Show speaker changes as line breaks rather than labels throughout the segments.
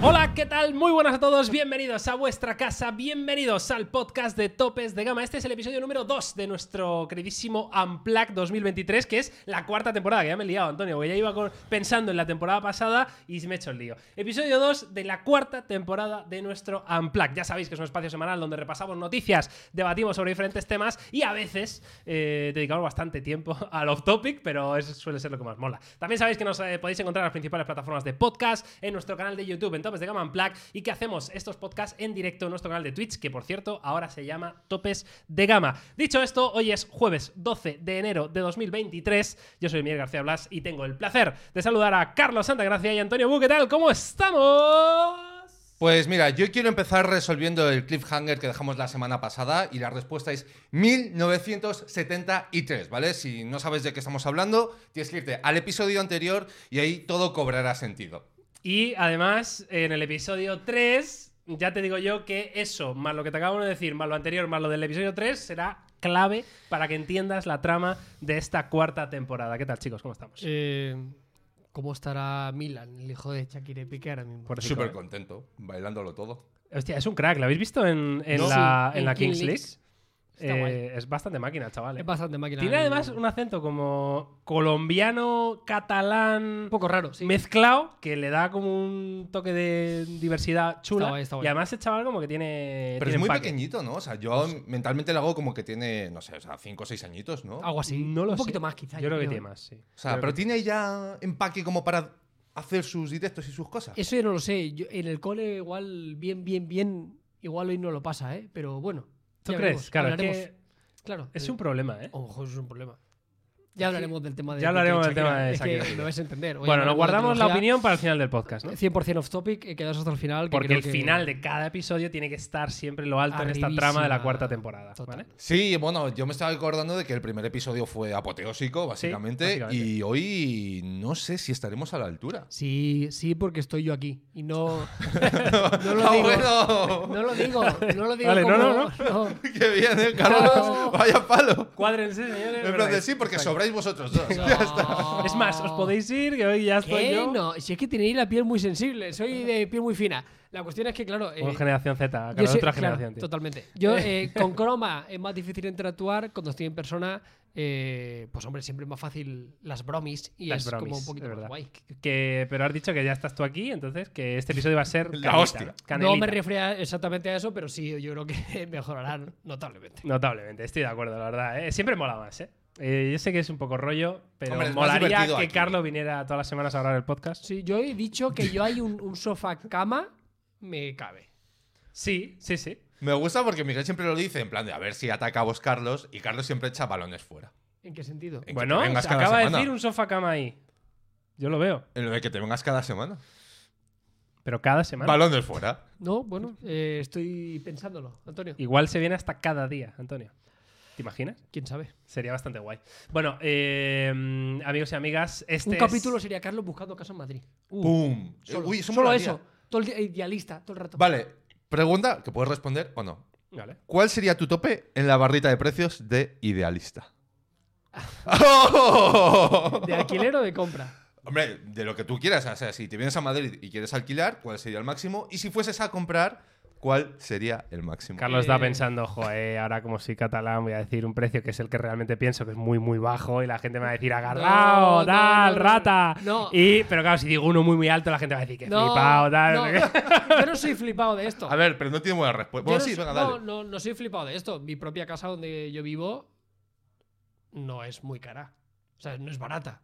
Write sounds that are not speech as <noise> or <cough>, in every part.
Hola, ¿qué tal? Muy buenas a todos, bienvenidos a vuestra casa, bienvenidos al podcast de Topes de Gama. Este es el episodio número 2 de nuestro queridísimo Amplac 2023, que es la cuarta temporada, que ya me he liado, Antonio, porque ya iba con- pensando en la temporada pasada y me he hecho el lío. Episodio 2 de la cuarta temporada de nuestro Amplac. Ya sabéis que es un espacio semanal donde repasamos noticias, debatimos sobre diferentes temas y a veces eh, dedicamos bastante tiempo <laughs> al off-topic, pero eso suele ser lo que más mola. También sabéis que nos eh, podéis encontrar en las principales plataformas de podcast, en nuestro canal de YouTube, en Topes de Gama Unplugged, y que hacemos estos podcasts en directo en nuestro canal de Twitch, que por cierto ahora se llama Topes de Gama. Dicho esto, hoy es jueves 12 de enero de 2023. Yo soy Miguel García Blas y tengo el placer de saludar a Carlos Santagracia y Antonio Bu. ¿Qué tal? ¿Cómo estamos?
Pues mira, yo quiero empezar resolviendo el cliffhanger que dejamos la semana pasada y la respuesta es 1973, ¿vale? Si no sabes de qué estamos hablando, tienes que irte al episodio anterior y ahí todo cobrará sentido.
Y además, en el episodio 3, ya te digo yo que eso, más lo que te acabo de decir, más lo anterior, más lo del episodio 3, será clave para que entiendas la trama de esta cuarta temporada. ¿Qué tal, chicos? ¿Cómo estamos?
Eh, ¿Cómo estará Milan, el hijo de Shakira y Piqué ahora mismo?
Por
Súper contento, bailándolo todo.
Hostia, es un crack. ¿Lo habéis visto en, en
No.
la,
Sí,
en la
en
Kings
Kings
League?
Está guay.
Eh, es bastante máquina, chaval. eh.
Es bastante máquina.
Tiene
ahora
además
mismo.
un acento como colombiano, catalán,
un poco raro, sí.
mezclado, que le da como un toque de diversidad chula.
Está guay, está guay.
Y además el chaval como que tiene... Eh,
Pero
tiene
es muy
empaque. Pues
pequeñito, ¿no? O sea, yo mentalmente le hago como que tiene, no sé, o sea, 5 o 6 añitos, ¿no? O
Algo así.
No lo
un poquito
sé.
más, quizás.
Yo creo que tiene más, sí.
sea,
Creo
pero
que-
tiene ahí ya empaque como para hacer sus directos y sus cosas.
Eso yo no lo sé. Yo- en el cole, igual, bien, bien, bien. Igual hoy no lo pasa, ¿eh? Pero bueno.
¿Tú
ya
crees?
veremos,
Claro, es
hablaremos.
que
Claro.
es
eh,
un problema, ¿eh?
Ojo, eso es un problema. Ya hablaremos del tema de.
ya hablaremos del
Piqué y
tema de
Shakira.
Shakira
Es
y
que
Piqué.
lo vais a entender. Hoy
bueno, nos
hablaremos de
guardamos la
tecnología,
opinión para el final del podcast, ¿no?
100% off topic, eh, quedaos hasta el final. que
Porque
creo
el
que-
final de cada episodio tiene que estar siempre lo alto en esta
Arribísima.
trama de la cuarta temporada,
Total.
¿vale?
Sí, bueno, yo me estaba acordando de que el primer episodio fue apoteósico, básicamente,
básicamente.
y hoy no sé si estaremos a la altura.
Sí, sí, porque estoy yo aquí. Y no. no lo
<laughs> Ah,
digo.
bueno.
No lo digo, no lo digo.
Vale, no,
como-
no,
<laughs>
<laughs>
no.
¡Qué bien, eh, Carlos!
Claro.
¡Vaya palo!
Cuádrense, señores.
En plan
¿verdad?
de sí, porque
Exacto.
sobráis vosotros dos.
No.
Es más, os podéis ir, que hoy ya estoy
¿Qué?
yo.
No, si es que tenéis la piel muy sensible, soy de piel muy fina. La cuestión es que, claro. eh,
Una generación Z, cada
yo soy-
otra
claro,
generación, tío.
Totalmente.
<laughs>
Yo eh, con croma es más difícil interactuar. Cuando estoy en persona, eh, pues hombre, siempre es más fácil las bromis y
Las
es
bromis,
como un poquito
es
más
verdad.
guay.
Que, pero has dicho que ya estás tú aquí, entonces que este episodio va a ser
La
canelita,
hostia.
canelita.
No me refería exactamente a eso, pero sí, yo creo que <laughs> mejorarán notablemente.
Notablemente, estoy de acuerdo, la verdad. ¿eh? Siempre mola más, ¿eh? Eh, yo sé que es un poco rollo, pero
Hombre, es más
molaría que
divertido aquí.
Carlos viniera todas las semanas a hablar el podcast.
Sí, yo he dicho que yo hay un, un sofá cama, me cabe.
Sí, sí, sí.
<laughs> Me gusta porque Miguel siempre lo dice, en plan de a ver si ataca a vos, Carlos, y Carlos siempre echa balones fuera.
¿En qué sentido?
En que
Bueno,
te
se
vengas cada
acaba de
semana.
decir un sofá cama ahí. Yo lo veo,
En lo de que te vengas cada semana.
pero cada semana.
Balones fuera.
No, bueno, eh, estoy pensándolo, Antonio.
Igual se viene hasta cada día, Antonio. ¿Te imaginas?
¿Quién sabe?
Sería bastante guay. Bueno, eh, amigos y amigas, este
Un
es-
capítulo sería Carlos buscando casa en Madrid.
¡Pum!
Uh. Solo,
Eh, Uy, eso
solo
molaría.
eso. Todo el día eh, idealista, todo el rato.
Vale, pregunta que puedes responder o no.
Vale.
¿Cuál sería tu tope en la barrita de precios de Idealista?
<laughs> ¿De alquiler o de compra?
<laughs> Hombre, de lo que tú quieras. O sea, si te vienes a Madrid y quieres alquilar, ¿cuál sería el máximo? Y si fueses a comprar, ¿cuál sería el máximo?
Carlos está
Eh.
pensando, joder, ahora como soy catalán voy a decir un precio que es el que realmente pienso, que es muy, muy bajo, y la gente me va a decir, agarrao,
No, no,
tal,
no, no,
rata.
no.
Y, pero claro, si digo uno muy, muy alto, la gente va a decir que
No,
flipado, <laughs> tal.
no,
no sé qué.
<laughs>
yo no soy flipado de esto.
A ver, pero no tiene buena
Yo
respuesta. Bueno,
no,
sí,
soy-
venga,
no,
dale.
no, no soy flipado de esto. Mi propia casa donde yo vivo no es muy cara. O sea, no es barata.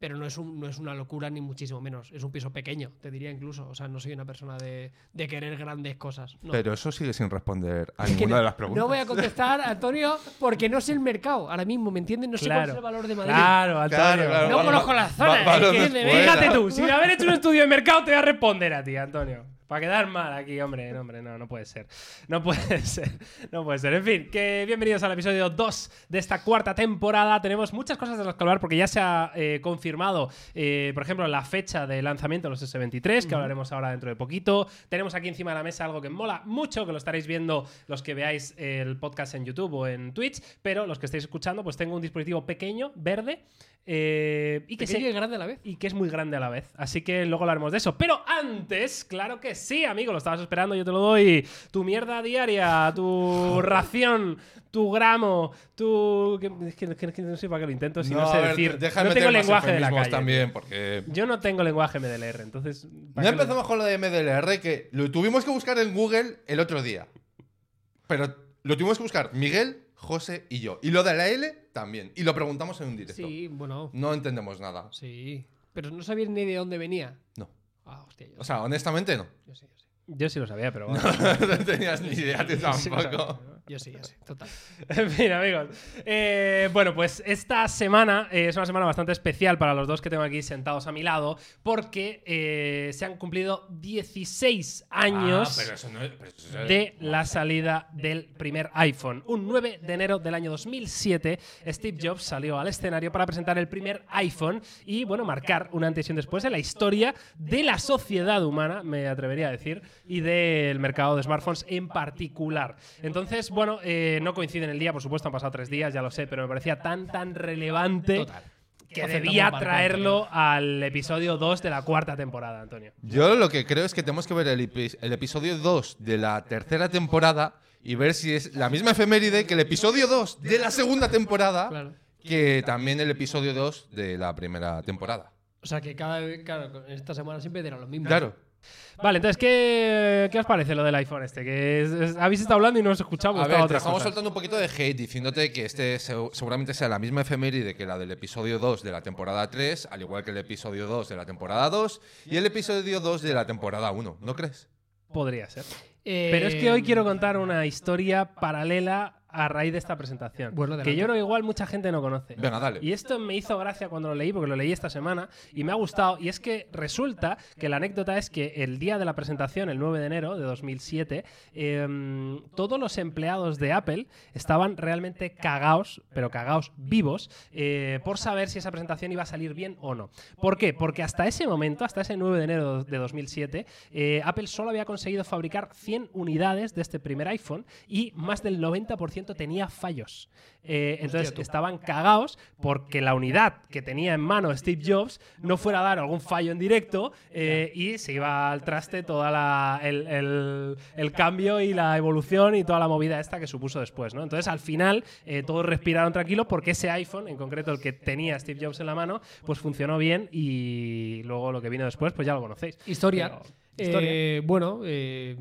Pero no es, un- no es una locura ni muchísimo menos. Es un piso pequeño, te diría incluso. O sea, no soy una persona de, de querer grandes cosas. No.
Pero eso sigue sin responder a
Es que
ninguna
no-
de las preguntas.
No voy a contestar, Antonio, porque no sé el mercado ahora mismo, ¿me entiendes? No sé cuál es el valor de Madrid.
Claro, Antonio.
Claro, claro.
No
Val-
conozco
val-
las zonas,
val-
es que
balones
de-
fuera.
Fíjate tú, sin haber hecho un estudio de mercado te voy a responder a ti, Antonio. Para quedar mal aquí, hombre, no, hombre, no, no puede ser. No puede <laughs> ser, no puede ser. En fin, que bienvenidos al episodio 2 de esta cuarta temporada. Tenemos muchas cosas de las que hablar porque ya se ha eh, confirmado, eh, por ejemplo, la fecha de lanzamiento de los S23, que hablaremos ahora dentro de poquito. Tenemos aquí encima de la mesa algo que mola mucho, que lo estaréis viendo los que veáis el podcast en YouTube o en Twitch, pero los que estáis escuchando, pues tengo un dispositivo pequeño, verde, Eh, y que se-
Pequeño y grande a la vez.
y que es muy grande a la vez. Así que luego hablaremos de eso. Pero antes, claro que sí, amigo, lo estabas esperando, yo te lo doy. Tu mierda diaria, tu ración, tu gramo, tu. que- Es que, que- que no sé para qué lo intento, si no, sé
a ver,
decir.
deja de
No
meter
tengo
más
lenguaje de la
eufemismos
calle.
también, porque.
Yo no tengo lenguaje MDLR, entonces. ¿para
No
qué lo-
empezamos con lo de MDLR, que lo tuvimos que buscar en Google el otro día. Pero lo tuvimos que buscar Miguel, José y yo. Y lo de la L también. Y lo preguntamos en un directo.
Sí, bueno.
No entendemos nada.
Sí. Pero no sabía ni de dónde venía.
No.
Ah, hostia, yo,
O sea, honestamente no. <laughs>
yo sí, yo sí.
Yo sí lo sabía, pero. bueno.
no tenías ni idea tú
<laughs>
Sí lo
tampoco.
sabía.
Yo sí, yo sí. Total.
<laughs> En fin, amigos. Eh, bueno, pues esta semana eh, es una semana bastante especial para los dos que tengo aquí sentados a mi lado, porque eh, se han cumplido 16
Ah,
años
eso no es- Ah, pero eso es-
de la salida del primer iPhone. Un 9 de enero del año 2007, Steve Jobs salió al escenario para presentar el primer iPhone y, bueno, marcar un antes y un después en la historia de la sociedad humana, me atrevería a decir, y del mercado de smartphones en particular. Entonces, bueno, eh, no coinciden el día, por supuesto, han pasado tres días, ya lo sé, pero me parecía tan, tan relevante
Total.
que
Aceptamos
debía
barco,
traerlo al episodio 2 de la cuarta temporada, Antonio.
Yo lo que creo es que tenemos que ver el, epi- el episodio 2 de la tercera temporada y ver si es la misma efeméride que el episodio 2 de la segunda temporada,
Claro.
que también el episodio 2 de la primera temporada.
O sea que cada vez, claro, esta semana siempre era lo mismo.
Claro.
Vale, entonces, ¿qué, qué os parece lo del iPhone este? Que es- es- habéis estado hablando y no os escuchamos.
A
estaba
ver, te
otras
estamos
cosas.
soltando un poquito de hate diciéndote que este seu- seguramente sea la misma efeméride que la del episodio 2 de la temporada 3, al igual que el episodio 2 de la temporada 2 y el episodio 2 de la temporada 1, ¿no crees?
Podría ser.
Eh,
Pero es que hoy quiero contar una historia paralela a raíz de esta presentación.
Bueno,
que
adelante.
yo creo que igual mucha gente no conoce.
Venga, dale.
Y esto me hizo gracia cuando lo leí, porque lo leí esta semana y me ha gustado. Y es que resulta que la anécdota es que el día de la presentación, el 9 de enero de 2007, em, todos los empleados de Apple estaban realmente cagaos, pero cagaos vivos, eh, por saber si esa presentación iba a salir bien o no. ¿Por qué? Porque hasta ese momento, hasta ese 9 de enero de 2007, eh, Apple solo había conseguido fabricar 100 unidades de este primer iPhone y más del 90% tenía fallos. Eh, entonces
tú.
estaban cagados porque la unidad que tenía en mano Steve Jobs no fuera a dar algún fallo en directo eh, y se iba al traste todo el, el- el cambio y la evolución y toda la movida esta que supuso después. ¿no? Entonces al final eh, todos respiraron tranquilos porque ese iPhone, en concreto el que tenía Steve Jobs en la mano, pues funcionó bien y luego lo que vino después pues ya lo conocéis.
Historia.
Pero- historia.
Eh, bueno, eh,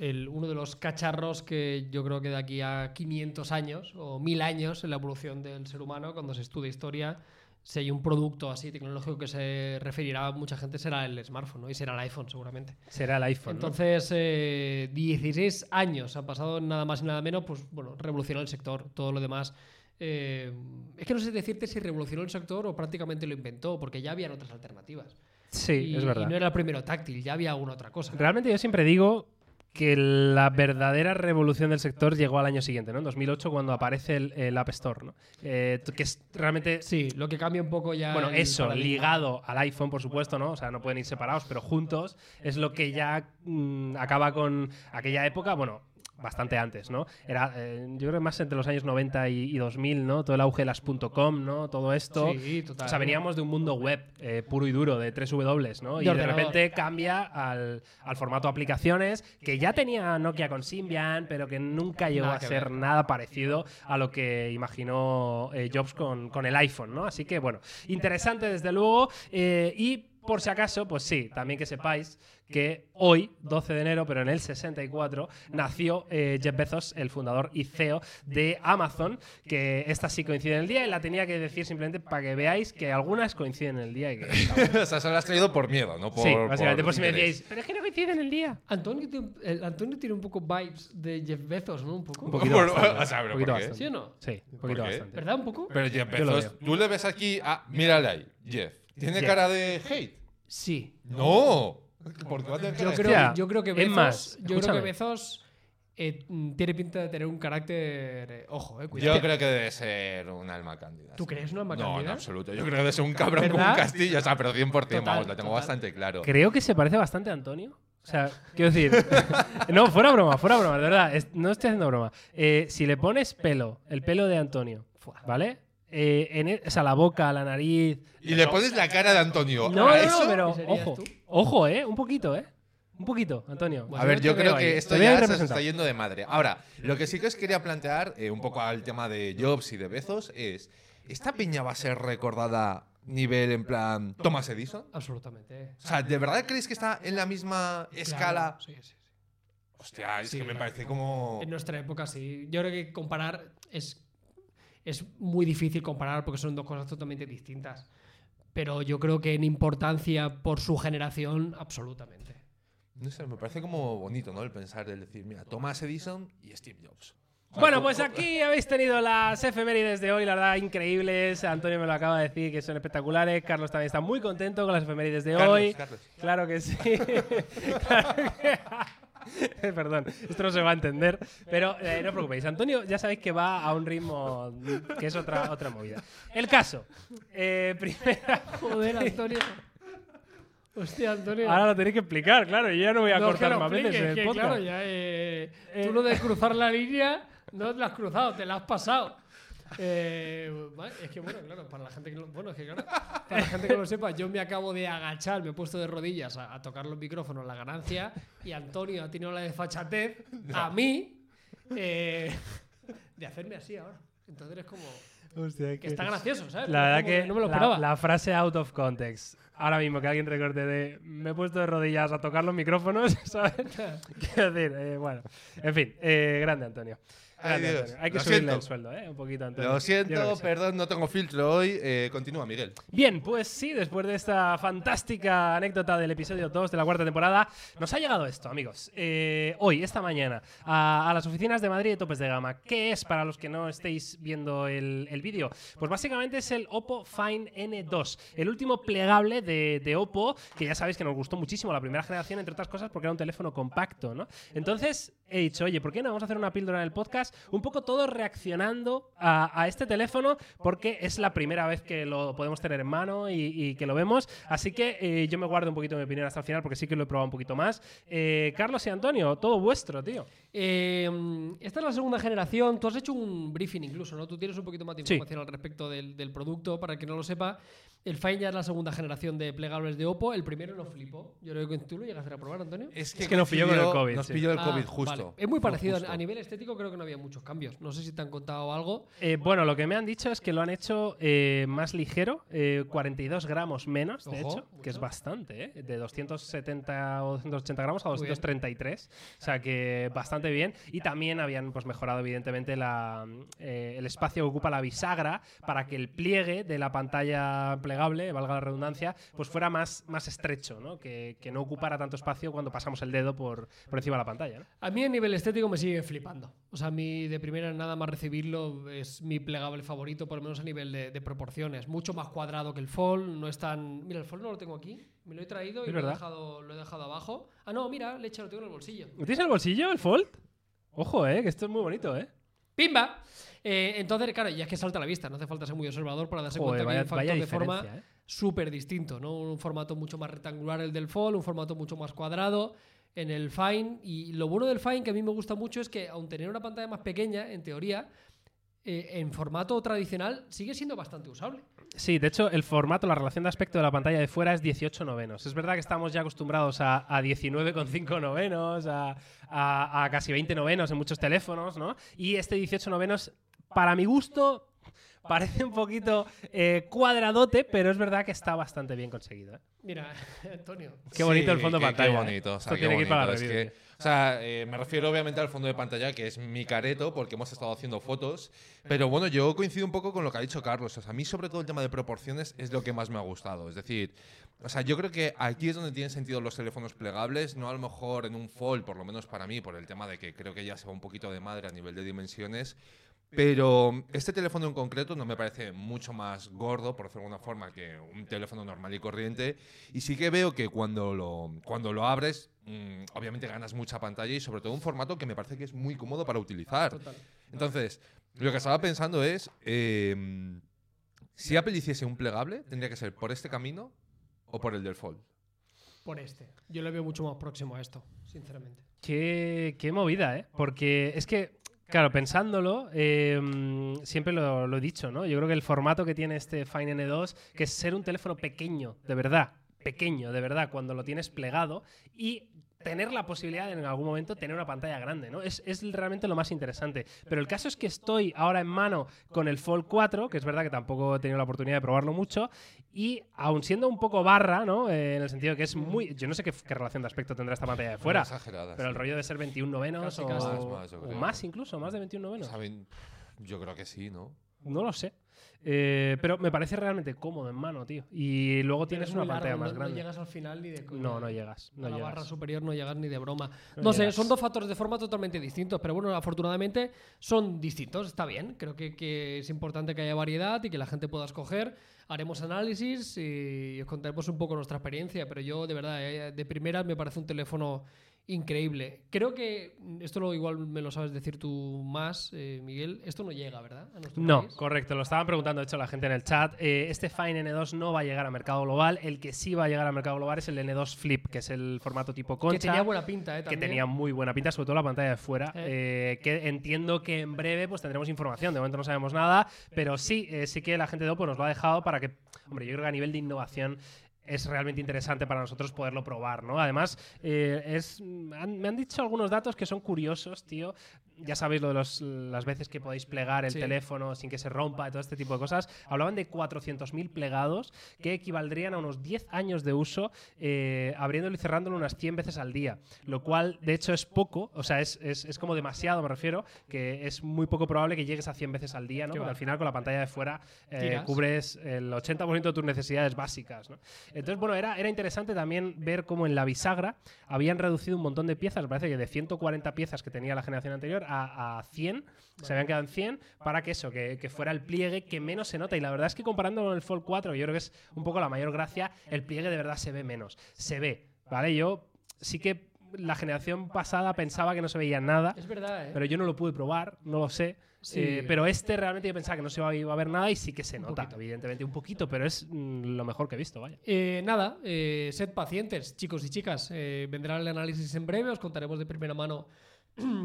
el- uno de los cacharros que yo creo que de aquí a 500 años o 1000 años en la evolución del ser humano, cuando se estudia historia, si hay un producto así tecnológico que se referirá a mucha gente, será el smartphone ¿no? y será el iPhone seguramente.
Será el iPhone. ¿no?
Entonces, eh, 16 años han pasado nada más y nada menos, pues bueno, revolucionó el sector, todo lo demás. eh, es que no sé decirte si revolucionó el sector o prácticamente lo inventó, porque ya habían otras alternativas.
Sí,
Y-
es verdad.
Y no era el primero táctil, ya había alguna otra cosa.
Realmente yo siempre digo que la verdadera revolución del sector llegó al año siguiente, ¿no? En 2008 cuando aparece el, el App Store, ¿no? Eh, t- que es realmente...
Sí, lo que cambia un poco ya.
Bueno,
el
eso,
paradigma.
ligado al iPhone, por supuesto, ¿no? O sea, no pueden ir separados, pero juntos es lo que ya mm, acaba con aquella época, bueno, bastante antes, ¿no? Era, eh, yo creo que más entre los años 90 y, y 2000, ¿no? Todo el auge de las .com, ¿no? Todo esto.
Sí, total.
O sea, veníamos de un mundo web eh, puro y duro, de tres W, ¿no? y
De
de
ordenador.
repente cambia al, al formato aplicaciones, que ya tenía Nokia con Symbian, pero que nunca llegó
Nada
a
que
ser
ver.
nada parecido a lo que imaginó eh, Jobs con, con el iPhone, ¿no? Así que, bueno, interesante desde luego. eh, y por si acaso, pues sí, también que sepáis que hoy, 12 de enero, pero en el 64, nació eh, Jeff Bezos, el fundador y CEO de Amazon, que esta sí coincide en el día y la tenía que decir simplemente para que veáis que algunas coinciden en el día. Y que,
o sea, se lo has traído por miedo, no por.
sí, básicamente, por, si me
interés.
decíais, pero es que no coinciden en el día.
Antonio, tiene- el Antonio tiene un poco vibes de Jeff Bezos, ¿no? Un poco.
Un poquito
Por-
bastante,
<laughs> o sea, pero
un poquito
¿por qué?
bastante.
¿Sí o no?
Sí, un poquito
qué?
bastante.
¿Verdad? Un poco.
Pero Jeff
Yo lo
Bezos, tú le ves aquí. Ah, mírale ahí, Jeff. ¿Tiene
Jeff.
cara de hate?
Sí.
No. Porque va a tener cara de
Yo
hate.
Hostia,
creo, yo creo que
es
Bezos.
más,
yo creo
escúchame.
que Bezos eh, mm, tiene pinta de tener un carácter. eh, ojo, eh, cuidado.
Yo creo que debe ser un alma cándida.
¿Tú crees un alma
No, en
cándida?
absoluto. Yo creo que debe ser un cabrón
¿Verdad?
como un castillo. O sea, pero 100%,
Total,
vamos, lo tengo
total.
bastante claro.
Creo que se parece bastante a Antonio. O
<laughs>
sea, quiero decir. <laughs> no, fuera broma, fuera broma, de verdad. es- no estoy haciendo broma. Eh, si le pones pelo, el pelo de Antonio, ¿vale? eh, en el- o sea, la boca, la nariz.
Y le pones la cara de Antonio.
No, no,
¿A
no,
eso?
pero
¿Serías
ojo,
tú?
ojo, eh, un poquito, eh. Un poquito, Antonio.
Bueno,
A ver,
te
yo creo
veo ahí.
que esto
Te veo ahí
ya se
representado.
está yendo de madre. Ahora, lo que sí que os quería plantear, eh, un poco al tema de Jobs y de Bezos, es: ¿esta peña va a ser recordada nivel en plan Thomas Edison?
Absolutamente.
O sea, ¿de verdad creéis que está en la misma escala?
Claro, sí, sí, sí.
Hostia, es
Sí,
que me
claro.
parece como.
En nuestra época sí. Yo creo que comparar es, es muy difícil comparar porque son dos cosas totalmente distintas. Pero yo creo que en importancia por su generación, absolutamente.
No sé, me parece como bonito, ¿no? El pensar, el decir, mira, Thomas Edison y Steve Jobs.
Bueno, pues aquí habéis tenido las efemérides de hoy, la verdad, increíbles. Antonio me lo acaba de decir, que son espectaculares. Carlos también está muy contento con las efemérides de
Carlos,
hoy.
Carlos.
Claro que sí. <laughs> Claro que- <laughs> Perdón, esto no se va a entender. Pero eh, no os preocupéis, Antonio ya sabéis que va a un ritmo que es otra, otra movida. El caso. Eh, <laughs> primera...
Joder, Antonio. <laughs> Hostia, Antonio.
Ahora lo tenéis que explicar, claro. Yo ya no voy a
No, es que
cortar
lo
más veces
expliques,
en el
que,
podcast.
claro, ya, eh, tú lo de cruzar la línea no la has cruzado, te la has pasado. Eh, va, es que bueno, claro, para la gente que lo, bueno, es que claro, para la gente que lo sepa, yo me acabo de agachar, me he puesto de rodillas a, a tocar los micrófonos, la ganancia, y Antonio ha tenido la desfachatez a mí eh, de hacerme así ahora. Entonces es como que está gracioso, ¿sabes?
La
Pero
verdad
como
que
no me lo
la-
esperaba.
La, frase out of context. Ahora mismo que alguien recorte de me he puesto de rodillas a tocar los micrófonos, <laughs> ¿sabes?
<laughs>
Quiero decir, eh, bueno. En fin, eh, grande Antonio.
Ay,
Grande,
Dios.
Antonio. Hay que
Lo
subirle
siento.
el sueldo, ¿eh? Un poquito, Antonio.
Lo
Yo creo
siento,
que sí.
perdón, no tengo filtro hoy. Eh, continúa, Miguel.
Bien, pues sí, después de esta fantástica anécdota del episodio 2 de la cuarta temporada, nos ha llegado esto, amigos. Eh, hoy, esta mañana, a, a las oficinas de Madrid de Topes de Gama. ¿Qué es para los que no estéis viendo el, el vídeo? Pues básicamente es el Oppo Fine N2, el último plegable de, de Oppo, que ya sabéis que nos gustó muchísimo la primera generación, entre otras cosas, porque era un teléfono compacto, ¿no? Entonces he dicho, oye, ¿por qué no vamos a hacer una píldora en el podcast? Un poco todos reaccionando a, a este teléfono, porque es la primera vez que lo podemos tener en mano y, y que lo vemos. Así que eh, yo me guardo un poquito mi opinión hasta el final, porque sí que lo he probado un poquito más. Eh, Carlos y Antonio, todo vuestro, tío.
Eh, esta es la segunda generación. Tú has hecho un briefing incluso, ¿no? Tú tienes un poquito más de
Sí.
información al respecto del, del producto, para el que no lo sepa. El Fine ya es la segunda generación de plegables de Oppo. El primero no flipó. Yo creo que tú lo llegaste a probar, Antonio.
Es que nos pilló con el COVID,
Nos
sí.
pilló el
Ah,
COVID justo.
vale. Es muy
Fue
parecido.
justo.
A nivel estético creo que no había muchos cambios. No sé si te han contado algo.
Eh, bueno, lo que me han dicho es que lo han hecho eh, más ligero, eh, 42 gramos menos, de
Ojo,
hecho, que es
mucho.
bastante, ¿eh? de 270 o 280 gramos a
Muy bien.
233, o sea que bastante bien. Y también habían pues, mejorado evidentemente la, eh, el espacio que ocupa la bisagra para que el pliegue de la pantalla plegable, valga la redundancia, pues fuera más, más estrecho, ¿no? Que, que no ocupara tanto espacio cuando pasamos el dedo por, por encima de la pantalla. ¿no?
A mí a nivel estético me sigue flipando. O sea, a mí de primera nada más recibirlo es mi plegable favorito, por lo menos a nivel de, de proporciones. Mucho más cuadrado que el Fall, no es tan... Mira, el Fall no lo tengo aquí, me lo he traído y
Es
lo he,
verdad.
dejado, lo he dejado abajo. Ah, no, mira, leche, lo tengo en el bolsillo.
¿Lo ¿Tienes en el bolsillo el Fold? Ojo, ¿eh? que esto es muy bonito, ¿eh?
¡Pimba! Eh, entonces, claro, ya es que salta a la vista, no hace falta ser muy observador para darse
Joder,
cuenta que
vaya,
hay un factor
vaya
de forma
diferencia, ¿eh?
súper distinto, ¿no? Un formato mucho más rectangular el del Fall, un formato mucho más cuadrado en el Fine. Y lo bueno del Fine que a mí me gusta mucho es que, aun tener una pantalla más pequeña, en teoría, eh, en formato tradicional sigue siendo bastante usable.
Sí, de hecho, el formato, la relación de aspecto de la pantalla de fuera es 18 novenos. Es verdad que estamos ya acostumbrados a, a 19,5 novenos, a, a- a casi 20 novenos en muchos teléfonos, ¿no? Y este 18 novenos, para mi gusto, parece un poquito eh, cuadradote, pero es verdad que está bastante bien conseguido. ¿eh?
Mira, <laughs> Antonio.
Qué bonito el fondo
qué-
de pantalla.
Qué
¿eh?
bonito. o
Esto
sea, qué
tiene que ir para la
bonito, es
review,
que- o sea, eh, me refiero obviamente al fondo de pantalla, que es mi careto, porque hemos estado haciendo fotos. Pero bueno, yo coincido un poco con lo que ha dicho Carlos. O sea, a mí, sobre todo, el tema de proporciones es lo que más me ha gustado. Es decir, o sea, yo creo que aquí es donde tienen sentido los teléfonos plegables, no a lo mejor en un fold, por lo menos para mí, por el tema de que creo que ya se va un poquito de madre a nivel de dimensiones. Pero este teléfono en concreto no me parece mucho más gordo, por decirlo de alguna forma, que un teléfono normal y corriente. Y sí que veo que cuando lo, cuando lo abres, mm, obviamente ganas mucha pantalla y sobre todo un formato que me parece que es muy cómodo para utilizar.
Total.
Entonces, lo que estaba pensando es, eh, si Apple hiciese un plegable, tendría que ser por este camino o por el del Fold.
Por este. Yo lo veo mucho más próximo a esto, sinceramente.
Qué, qué movida, ¿eh? Porque es que Claro, pensándolo, eh, mm, siempre lo, lo he dicho, ¿no? Yo creo que el formato que tiene este Fine N2, que es ser un teléfono pequeño, de verdad, pequeño, de verdad, cuando lo tienes plegado y tener la posibilidad de en algún momento tener una pantalla grande, ¿no? Es, es realmente lo más interesante. Pero el caso es que estoy ahora en mano con el Fold 4, que es verdad que tampoco he tenido la oportunidad de probarlo mucho, y aun siendo un poco barra, ¿no? Eh, en el sentido que es muy... Yo no sé qué, qué relación de aspecto tendrá esta pantalla de
Fuera.
fuera,
Exagerada.
pero el
Ah, sí.
rollo de ser 21 novenos
Casi,
o,
casi.
Más, más, yo
o
creo.
más incluso, más de 21 novenos.
Saben- Yo creo que sí, ¿no?
No lo sé. Eh, pero me parece realmente cómodo en mano, tío. Y luego tienes
Es
una
muy largo,
pantalla
no-
más
No
grande.
llegas al final ni de coña.
No, no llegas. No
a la barra
llegas.
superior no llegas ni de broma.
No
No, sé,
llegas.
son dos factores de forma totalmente distintos, pero bueno, afortunadamente son distintos, está bien. Creo que, que es importante que haya variedad y que la gente pueda escoger. Haremos análisis y os contaremos un poco nuestra experiencia, pero yo de verdad, eh, de primera me parece un teléfono increíble. Creo que, mm, esto lo, igual me lo sabes decir tú más, eh, Miguel, esto no llega, ¿verdad? A nuestro
No,
país.
correcto. Lo estaban preguntando, de hecho, la gente en el chat. Eh, este Fine N2 no va a llegar a mercado global. El que sí va a llegar a mercado global es el N2 Flip, que es el formato tipo concha.
que tenía buena pinta, ¿eh?
que
También.
tenía muy buena pinta, sobre todo la pantalla de fuera, eh, que entiendo que en breve pues tendremos información, de momento no sabemos nada, pero sí, eh, sí que la gente de Oppo nos lo ha dejado para que, hombre, yo creo que a nivel de innovación es realmente interesante para nosotros poderlo probar, ¿no? Además, eh, es, han- me han dicho algunos datos que son curiosos, tío. Ya sabéis lo de los- las veces que podéis plegar el
Sí.
teléfono sin que se rompa y todo este tipo de cosas. Hablaban de 400.000 plegados que equivaldrían a unos 10 años de uso, eh, abriéndolo y cerrándolo unas 100 veces al día. Lo cual, de hecho, es poco, o sea, es, es- es como demasiado, me refiero, que es muy poco probable que llegues a 100 veces al día, ¿no?
Qué
Porque
va.
al final con la pantalla de fuera eh,
Tiras.
cubres el 80% de tus necesidades básicas, ¿no? Entonces, bueno, era, era interesante también ver cómo en la bisagra habían reducido un montón de piezas, me parece que de 140 piezas que tenía la generación anterior a, a 100, se habían quedado en 100 para que eso, que, que fuera el pliegue que menos se nota. Y la verdad es que comparando con el Fold 4, yo creo que es un poco la mayor gracia, el pliegue de verdad se ve menos. Se ve, ¿vale? Yo sí que la generación pasada pensaba que no se veía nada.
Es verdad, ¿eh?
Pero yo no lo pude probar, no lo sé.
Sí.
Eh, pero este realmente yo pensaba que no se iba a- iba a ver nada y sí que se
Un
nota,
poquito.
evidentemente, un poquito, pero es mm, lo mejor que he visto, vaya.
Eh, nada, eh, sed pacientes, chicos y chicas. Eh, vendrá el análisis en breve, os contaremos de primera mano <clears throat>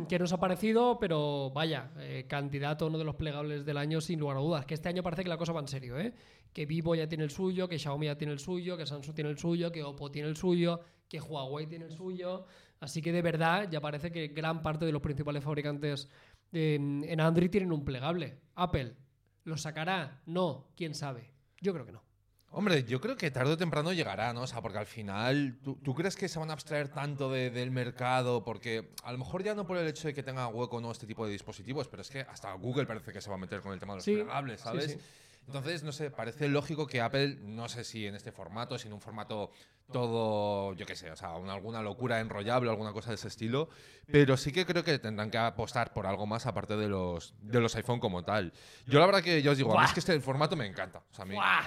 qué nos ha parecido, pero vaya, eh, candidato a uno de los plegables del año sin lugar a dudas. Que este año parece que la cosa va en serio, ¿eh? Que Vivo ya tiene el suyo, que Xiaomi ya tiene el suyo, que Samsung tiene el suyo, que Oppo tiene el suyo, que Huawei tiene el suyo. Así que de verdad ya parece que gran parte de los principales fabricantes eh, en Android tienen un plegable. Apple, ¿lo sacará? No, quién sabe. Yo creo que no.
Hombre, yo creo que tarde o temprano llegará, ¿no? O sea, porque al final, ¿tú, tú crees que se van a abstraer tanto de- del mercado? Porque a lo mejor ya no por el hecho de que tenga hueco o no este tipo de dispositivos, pero es que hasta Google parece que se va a meter con el tema de los
Sí,
plegables,
sí,
¿sabes?
sí.
Entonces, no sé, parece lógico que Apple, no sé si en este formato, si en un formato todo, yo qué sé, o sea, una- alguna locura enrollable, alguna cosa de ese estilo, pero sí que creo que tendrán que apostar por algo más aparte de los, de los iPhone como tal. Yo la verdad que yo os digo, a mí es que este formato me encanta. O sea, a mí-
¡Buah!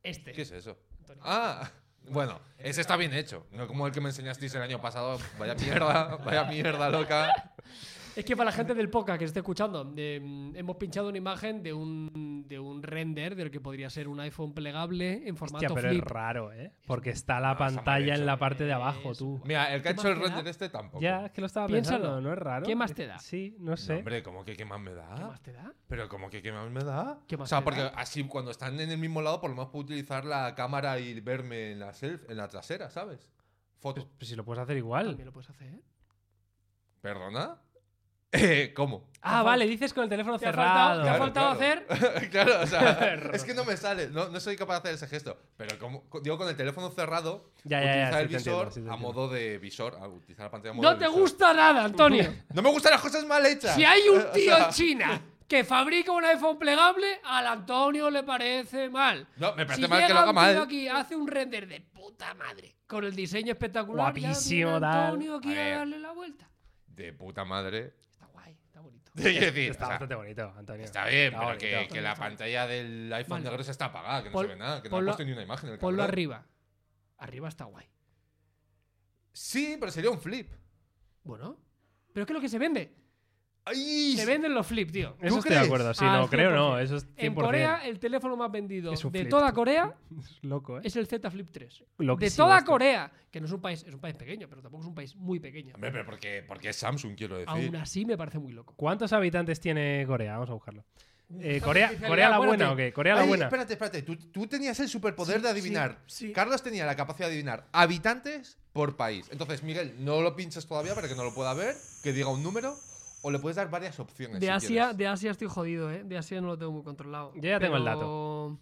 Este.
¿Qué es eso? Ah, bueno, ese está bien hecho. No como el que me enseñasteis el año pasado. Vaya mierda, vaya mierda loca.
Es que para la gente del podcast que esté escuchando, eh, hemos pinchado una imagen de un, de un render del que podría ser un iPhone plegable en formato
Hostia, pero
flip.
es raro, ¿eh? Porque está la
está mal
pantalla en
hecho.
la parte de abajo, tú.
Mira, el que ha
¿Qué
hecho el
más te da?
render este tampoco.
Ya, es que lo estaba
Piénsalo.
pensando, ¿no es raro?
¿Qué más te da?
Sí, no
No,
sé.
hombre, ¿cómo que qué más me da?
¿Qué más te da?
Pero como que qué más me da?
¿Qué más
o sea,
te
porque
da?
así cuando están en el mismo lado, por lo menos puedo utilizar la cámara y verme en la, self- en la trasera, ¿sabes? Foto.
Pues si lo puedes hacer igual.
<laughs>
También lo puedes hacer.
¿Perdona? <laughs> Eh, ¿Cómo?
Ah, vale, dices con el teléfono
¿Te ha
cerrado.
faltado, te ha
Claro,
faltado
claro. <laughs>
hacer?
claro, o
<laughs>
sea, es que no me sale, no, no soy capaz de hacer ese gesto. Pero como, co- digo, con el teléfono cerrado,
Ya, ya, ya,
utilizar
sí
el
te entiendo,
visor
sí te
a
entiendo.
modo de visor, a utilizar la pantalla a modo
No
de
te
visor.
gusta
<laughs>
nada, Antonio.
No me gustan las cosas mal hechas.
si hay
<laughs>
un
O
tío
sea,
en China que fabrica un iPhone plegable, al Antonio le parece mal.
No, me parece
Si
mal que
llega
lo haga
un tío
mal.
aquí hace un render de puta madre con el diseño espectacular ya
Guapísimo,
viene
tal.
Antonio quiere
ver.
darle la vuelta.
De puta madre.
Está guay, está bonito.
<laughs> Es decir,
Está
o sea,
bastante bonito, Antonio.
está bien,
Está
pero
bonito.
que, que la pantalla del iPhone
Vale.
negro se está apagada, que no
Pon-
se ve nada, que no
ponlo-
ha puesto ni una imagen. El
Ponlo
cabrón.
arriba. Arriba está guay.
Sí, pero sería un flip.
Bueno, pero es que es lo que se vende.
¡Ay!
Se venden los flip, tío.
Eso estoy de
crees?
acuerdo. Sí,
Al
no, creo no.
100%.
Eso Ah, es 100%.
En Corea, el teléfono más vendido de
Es un flip.
toda Corea
Es loco, ¿eh?
es el Z Flip 3. de
Loquísimo
toda
esto.
Corea, que no es un país, es un país pequeño, pero tampoco es un país muy pequeño.
Hombre, pero porque, porque es Samsung, quiero decir.
Aún así me parece muy loco.
¿Cuántos habitantes tiene Corea? Vamos a buscarlo. <laughs> Eh, Corea,
artificial,
Corea la
acuérdate.
buena o qué? Corea la
Ay,
buena.
Espérate, espérate. Tú, tú tenías el superpoder de adivinar.
sí, sí.
Carlos tenía la capacidad de adivinar habitantes por país. Entonces, Miguel, no lo pinches todavía para que no lo pueda ver, que diga un número, o le puedes dar varias opciones.
De
si
Asia,
quieres.
de Asia estoy jodido, ¿eh? De Asia no lo tengo muy controlado.
Yo ya tengo el
dato.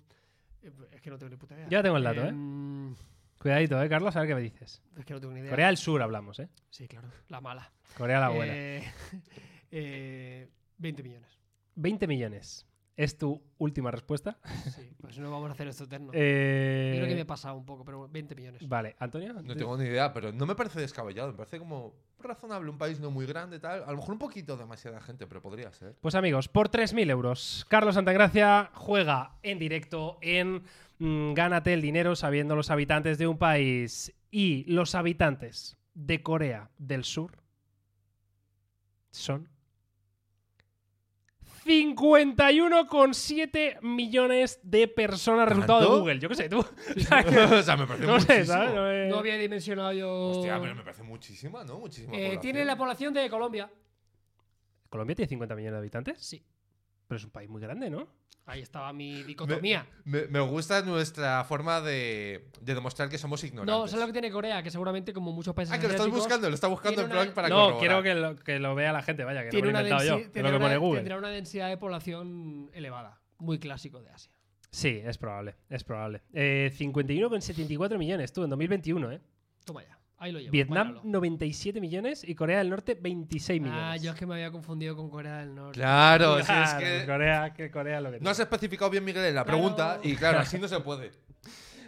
Es que no tengo ni puta idea.
Yo ya tengo el dato, ¿eh?
Em,
Cuidadito, eh, Carlos, a ver qué me dices.
Es que no tengo ni idea.
Corea del Sur hablamos, eh.
Sí, claro. La mala.
Corea la buena.
Eh, <laughs> eh, 20 millones.
20 millones. ¿Es tu última respuesta?
Sí, pues no vamos a hacer esto eterno.
Eh,
Yo creo que me he pasado un poco, pero bueno, 20 millones.
Vale, Antonio.
No tengo ni idea, pero no me parece descabellado. Me parece como razonable. Un país no muy grande, tal. A lo mejor un poquito demasiada gente, pero podría
<laughs>
ser.
Pues amigos, por 3.000 euros, Carlos Santagracia juega en directo en mm, Gánate el dinero sabiendo los habitantes de un país y los habitantes de Corea del Sur son 51,7 millones de personas. Resultado de
¿Tanto?
Google, yo qué
<laughs>
sé, tú.
o sea, me parece
no sé,
muchísimo.
¿sabes? No, eh.
No había dimensionado yo.
Hostia, pero me parece muchísima, ¿no? Muchísima.
Eh, tiene
población.
la población de Colombia.
Colombia tiene 50 millones de habitantes,
Sí.
pero es un país muy grande, ¿no?
Ahí estaba mi dicotomía.
Me, me gusta nuestra forma de, de demostrar que somos
No,
ignorantes.
¿sabes lo que tiene Corea? Que seguramente, como muchos países.
Ah, que lo estás
asiáticos,
buscando, lo está buscando
tiene
en
una-
plan para
no,
corroborar.
quiero que lo, que lo vea la gente, vaya, que no
tiene
lo he
una
inventado yo,
densi-
es lo
tendrá
que pone
una-
Google.
tendrá una densidad de población elevada. Muy clásico de Asia.
Sí, es probable, es probable. Eh, 51,74 millones, tú, en 2021, ¿eh?
Toma ya. Ahí lo llevo.
Vietnam,
guárdalo.
97 millones y Corea del Norte, 26 millones.
Ah, yo es que me había confundido con Corea del Norte.
Claro, si
Claro,
es que
Corea, que Corea lo que
no has
tiene.
especificado bien, Miguel, en la pregunta
Claro.
y claro,
<laughs>
así no se puede.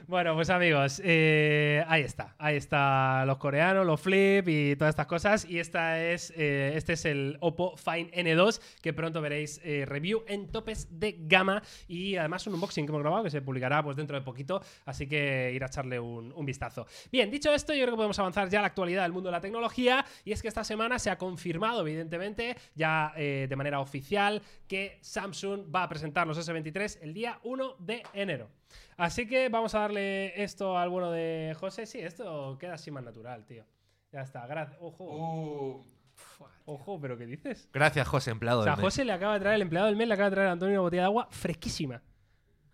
Bueno, pues amigos, eh, ahí está. Ahí está los coreanos, los flip y todas estas cosas. Y esta es, eh, este es el Oppo Find N2, que pronto veréis eh, review en topes de gama. Y además un unboxing que hemos grabado que se publicará pues, dentro de poquito. Así que ir a echarle un, un vistazo. Bien, dicho esto, yo creo que podemos avanzar ya a la actualidad del mundo de la tecnología. Y es que esta semana se ha confirmado, evidentemente, ya eh, de manera oficial, que Samsung va a presentar los S23 el día 1 de enero. Así que vamos a darle esto al bueno de José. Sí, esto queda así más natural, tío. Ya está, gracias.
Oh.
Ojo, ojo, pero ¿qué dices?
Gracias, José, empleado.
Uh. O sea, José le acaba de traer, el empleado del mes le acaba de traer a Antonio una botella de agua fresquísima.